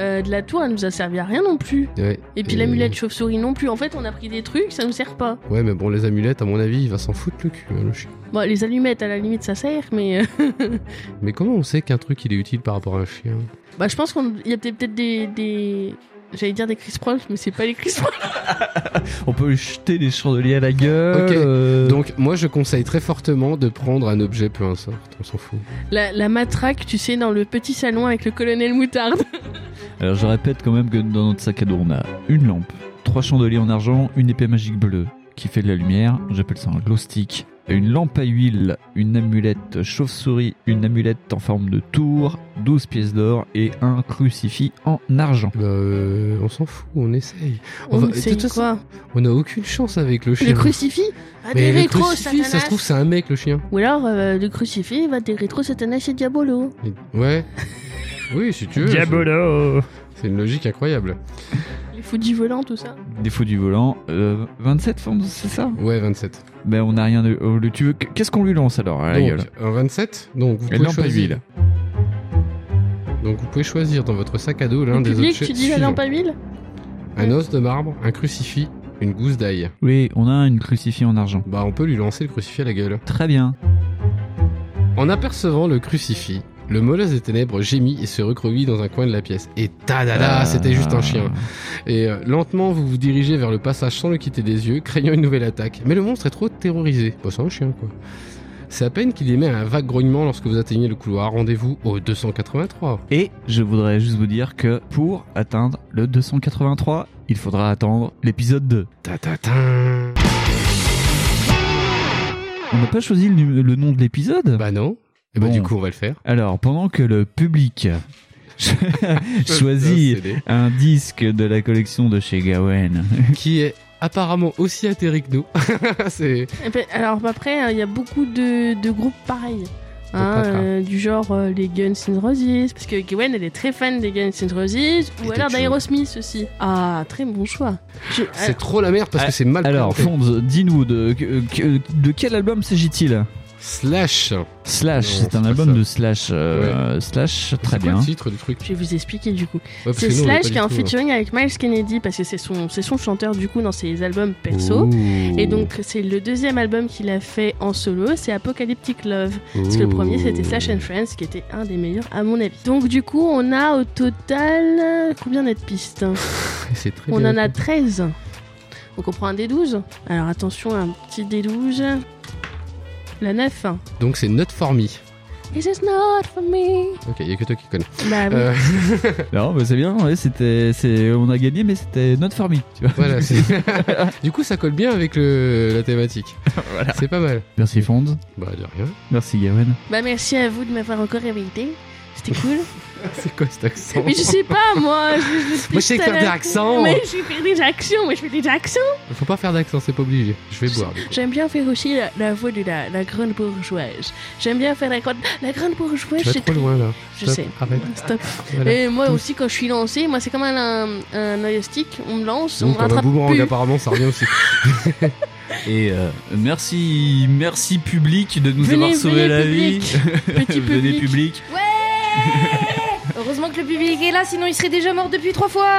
B: euh, de la tour, elle nous a servi à rien non plus.
C: Ouais.
B: Et puis l'amulette chauve-souris non plus. En fait, on a pris des trucs, ça nous sert pas.
C: Ouais, mais bon, les amulettes, à mon avis, il va s'en foutre le cul, hein, le chien.
B: Bon, les allumettes, à la limite, ça sert, mais. euh, *laughs*
C: Mais comment on sait qu'un truc il est utile par rapport à un chien
B: bah, je pense qu'il y a peut-être peut-être des. des... J'allais dire des Chris Prolls, mais c'est pas les Chris Prolls.
D: On peut lui jeter des chandeliers à la gueule.
C: Ok.
D: euh,
C: Donc moi je conseille très fortement de prendre un objet peu importe, on s'en fout.
B: La, la matraque, tu sais, dans le petit salon avec le colonel Moutarde.
C: Bah,
D: Alors je répète quand même que dans notre sac à dos, on a une lampe, trois chandeliers en argent, une épée magique bleue qui fait de la lumière, j'appelle ça un glow stick, une lampe à huile, une amulette chauve-souris, une amulette en forme de tour, 12 pièces d'or et un crucifix en argent.
C: Bah, euh, on s'en fout, on essaye. On
B: On
C: va- de
B: essaye
C: toute façon-
B: quoi
C: On n'a aucune chance avec le chien.
B: Le crucifix Va
C: Mais
B: des
C: le
B: rétros,
C: crucifix, ça se
B: Satanas
C: trouve, c'est un mec, le chien.
B: Ou alors, euh, le crucifix va des rétros, Satanas et Diabolo.
C: Ouais. Oui, si tu veux.
D: Diabolo
C: c'est- C'est une logique incroyable.
B: Les Fuji volants, tout ça.
D: Défaut du volant, euh, 27 formes, c'est ça
C: Ouais, 27.
D: Ben on n'a rien de... oh, le- tu veux- Qu'est-ce qu'on lui lance alors à la gueule
C: donc, un 27, donc vous,
D: Une
C: pouvez
D: lampe à
C: choisir,
D: huile.
C: donc vous pouvez choisir dans votre sac à dos l'un
B: Le
C: des
B: public,
C: objets
B: tu dis la
C: suivants.
B: lampe à huile
C: Un os de marbre, un crucifix, une gousse d'ail.
D: Oui, on a une crucifix en argent.
C: Bah, on peut lui lancer le crucifix à la gueule.
D: Très bien.
C: En apercevant le crucifix, le molosse des ténèbres gémit et se recroqueville dans un coin de la pièce. Et tadada,
D: Ah.
C: c'était juste un chien. Et euh, lentement, vous vous dirigez vers le passage sans le quitter des yeux, craignant une nouvelle attaque. Mais le monstre est trop terrorisé. Bah, c'est un chien, quoi. C'est à peine qu'il émet un vague grognement lorsque vous atteignez le couloir. Rendez-vous au 283.
D: Et je voudrais juste vous dire que pour atteindre le 283, il faudra attendre l'épisode 2.
C: Ta ta ta.
D: On n'a pas choisi le, nu- le nom de l'épisode
C: Bah non. Et bah
D: Bon.
C: du coup, on va le faire.
D: *laughs* Alors, pendant que le *laughs* public
C: Un
D: choisit
C: CD.
D: un disque de la collection de chez Gawain,
C: Qui est apparemment aussi atterré que nous. *laughs* c'est
B: Eh ben, Alors, après, hein, il y a beaucoup de, de groupes pareils. Hein,
C: Catra.
B: euh, du genre euh, les Guns N' Roses, parce que Gwen elle est très fan des Guns N' Roses,
C: Et
B: ou
C: de
B: alors
C: Joe.
B: d'Aerosmith aussi. Ah, très bon choix. Je-
C: c'est trop la merde parce
D: Ah,
C: que c'est mal
D: Alors,
C: présenté.
D: Fonds, dis-nous, de, que- de quel album s'agit-il
C: Slash.
D: Slash,
C: Non,
D: c'est un
C: c'est
D: album
C: pas ça.
D: de Slash. euh, Slash, très
C: C'est quoi
D: bien.
C: le titre du truc.
B: Je vais vous expliquer du coup.
C: Ouais, parce
B: C'est
C: que nous, on l'a
B: Slash
C: pas
B: qui
C: du
B: est en
C: tout, hein.
B: featuring avec Miles Kennedy parce que c'est son, c'est son chanteur du coup dans ses albums
C: hein.
B: perso.
D: Ouh.
B: Et donc c'est le deuxième album qu'il a fait en solo, c'est Apocalyptic Love. Parce que le premier c'était Slash and Friends qui était un des meilleurs à mon avis. Donc du coup on a au total euh, combien on a de pistes
C: C'est très
B: On
C: bien.
B: en a 13. Donc on prend un D12. Alors attention un petit D12. La 9.
C: Donc c'est Not For Me.
B: This is not for me.
C: Ok, il y a que toi qui connais.
B: Bah oui.
C: Euh,
D: Non, mais c'est bien, ouais, c'était, c'est, on a gagné, mais c'était notre for me, tu vois.
C: voilà, c'est- *laughs* du coup, ça colle bien avec le, la *laughs* thématique. C'est pas mal.
D: Merci Fonds,
C: Bah, de rien.
D: merci Gawain.
B: Bah merci à vous de m'avoir encore invité.
C: *laughs*
B: C'était cool.
C: *laughs* C'est quoi cet accent
B: Mais je sais pas, moi. Je, je
C: Moi, je sais
B: tout à
C: faire des
B: l'heure.
C: accents.
B: Mais je fais des accents, mais je fais des accents.
C: *laughs* Faut pas faire d'accent, c'est pas obligé. Je vais boire. du coup.
B: J'aime bien faire aussi la, la voix de la, la grande bourgeoise. J'aime bien faire la grande, la grande bourgeoise.
C: Tu vas
B: c'est
C: trop loin là.
B: Je
C: Stop,
B: sais.
C: Arrête.
B: Stop.
C: Voilà.
B: Et moi aussi, quand je suis lancée, moi, c'est comme un, un, un joystick. On me lance, on me
C: Donc, comme un
B: rattrape
C: boomerang,
B: plus.
C: apparemment, ça revient aussi.
D: Et euh, merci, merci public de nous
B: Venez,
D: avoir sauvé
B: venez,
D: la
B: public.
D: vie.
B: Petit
D: *laughs* Venez
B: public.
D: public.
E: Heureusement que le public est là, sinon il serait déjà mort depuis trois fois.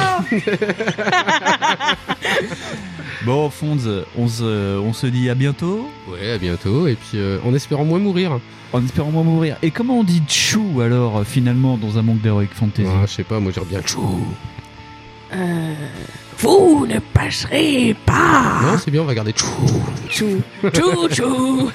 D: Bon Fonds, on se, on se dit à bientôt.
C: Ouais, à bientôt. Et puis, euh, en espérant moins mourir.
D: En espérant moins mourir. Et comment on dit chou alors euh, finalement dans un monde d'heroic fantasy
C: Ah, je sais pas, moi, j'aime bien. Tchou.
B: Euh, vous ne passerez pas.
C: Non, c'est bien, on va garder. Tchou.
B: Tchou, tchou, tchou.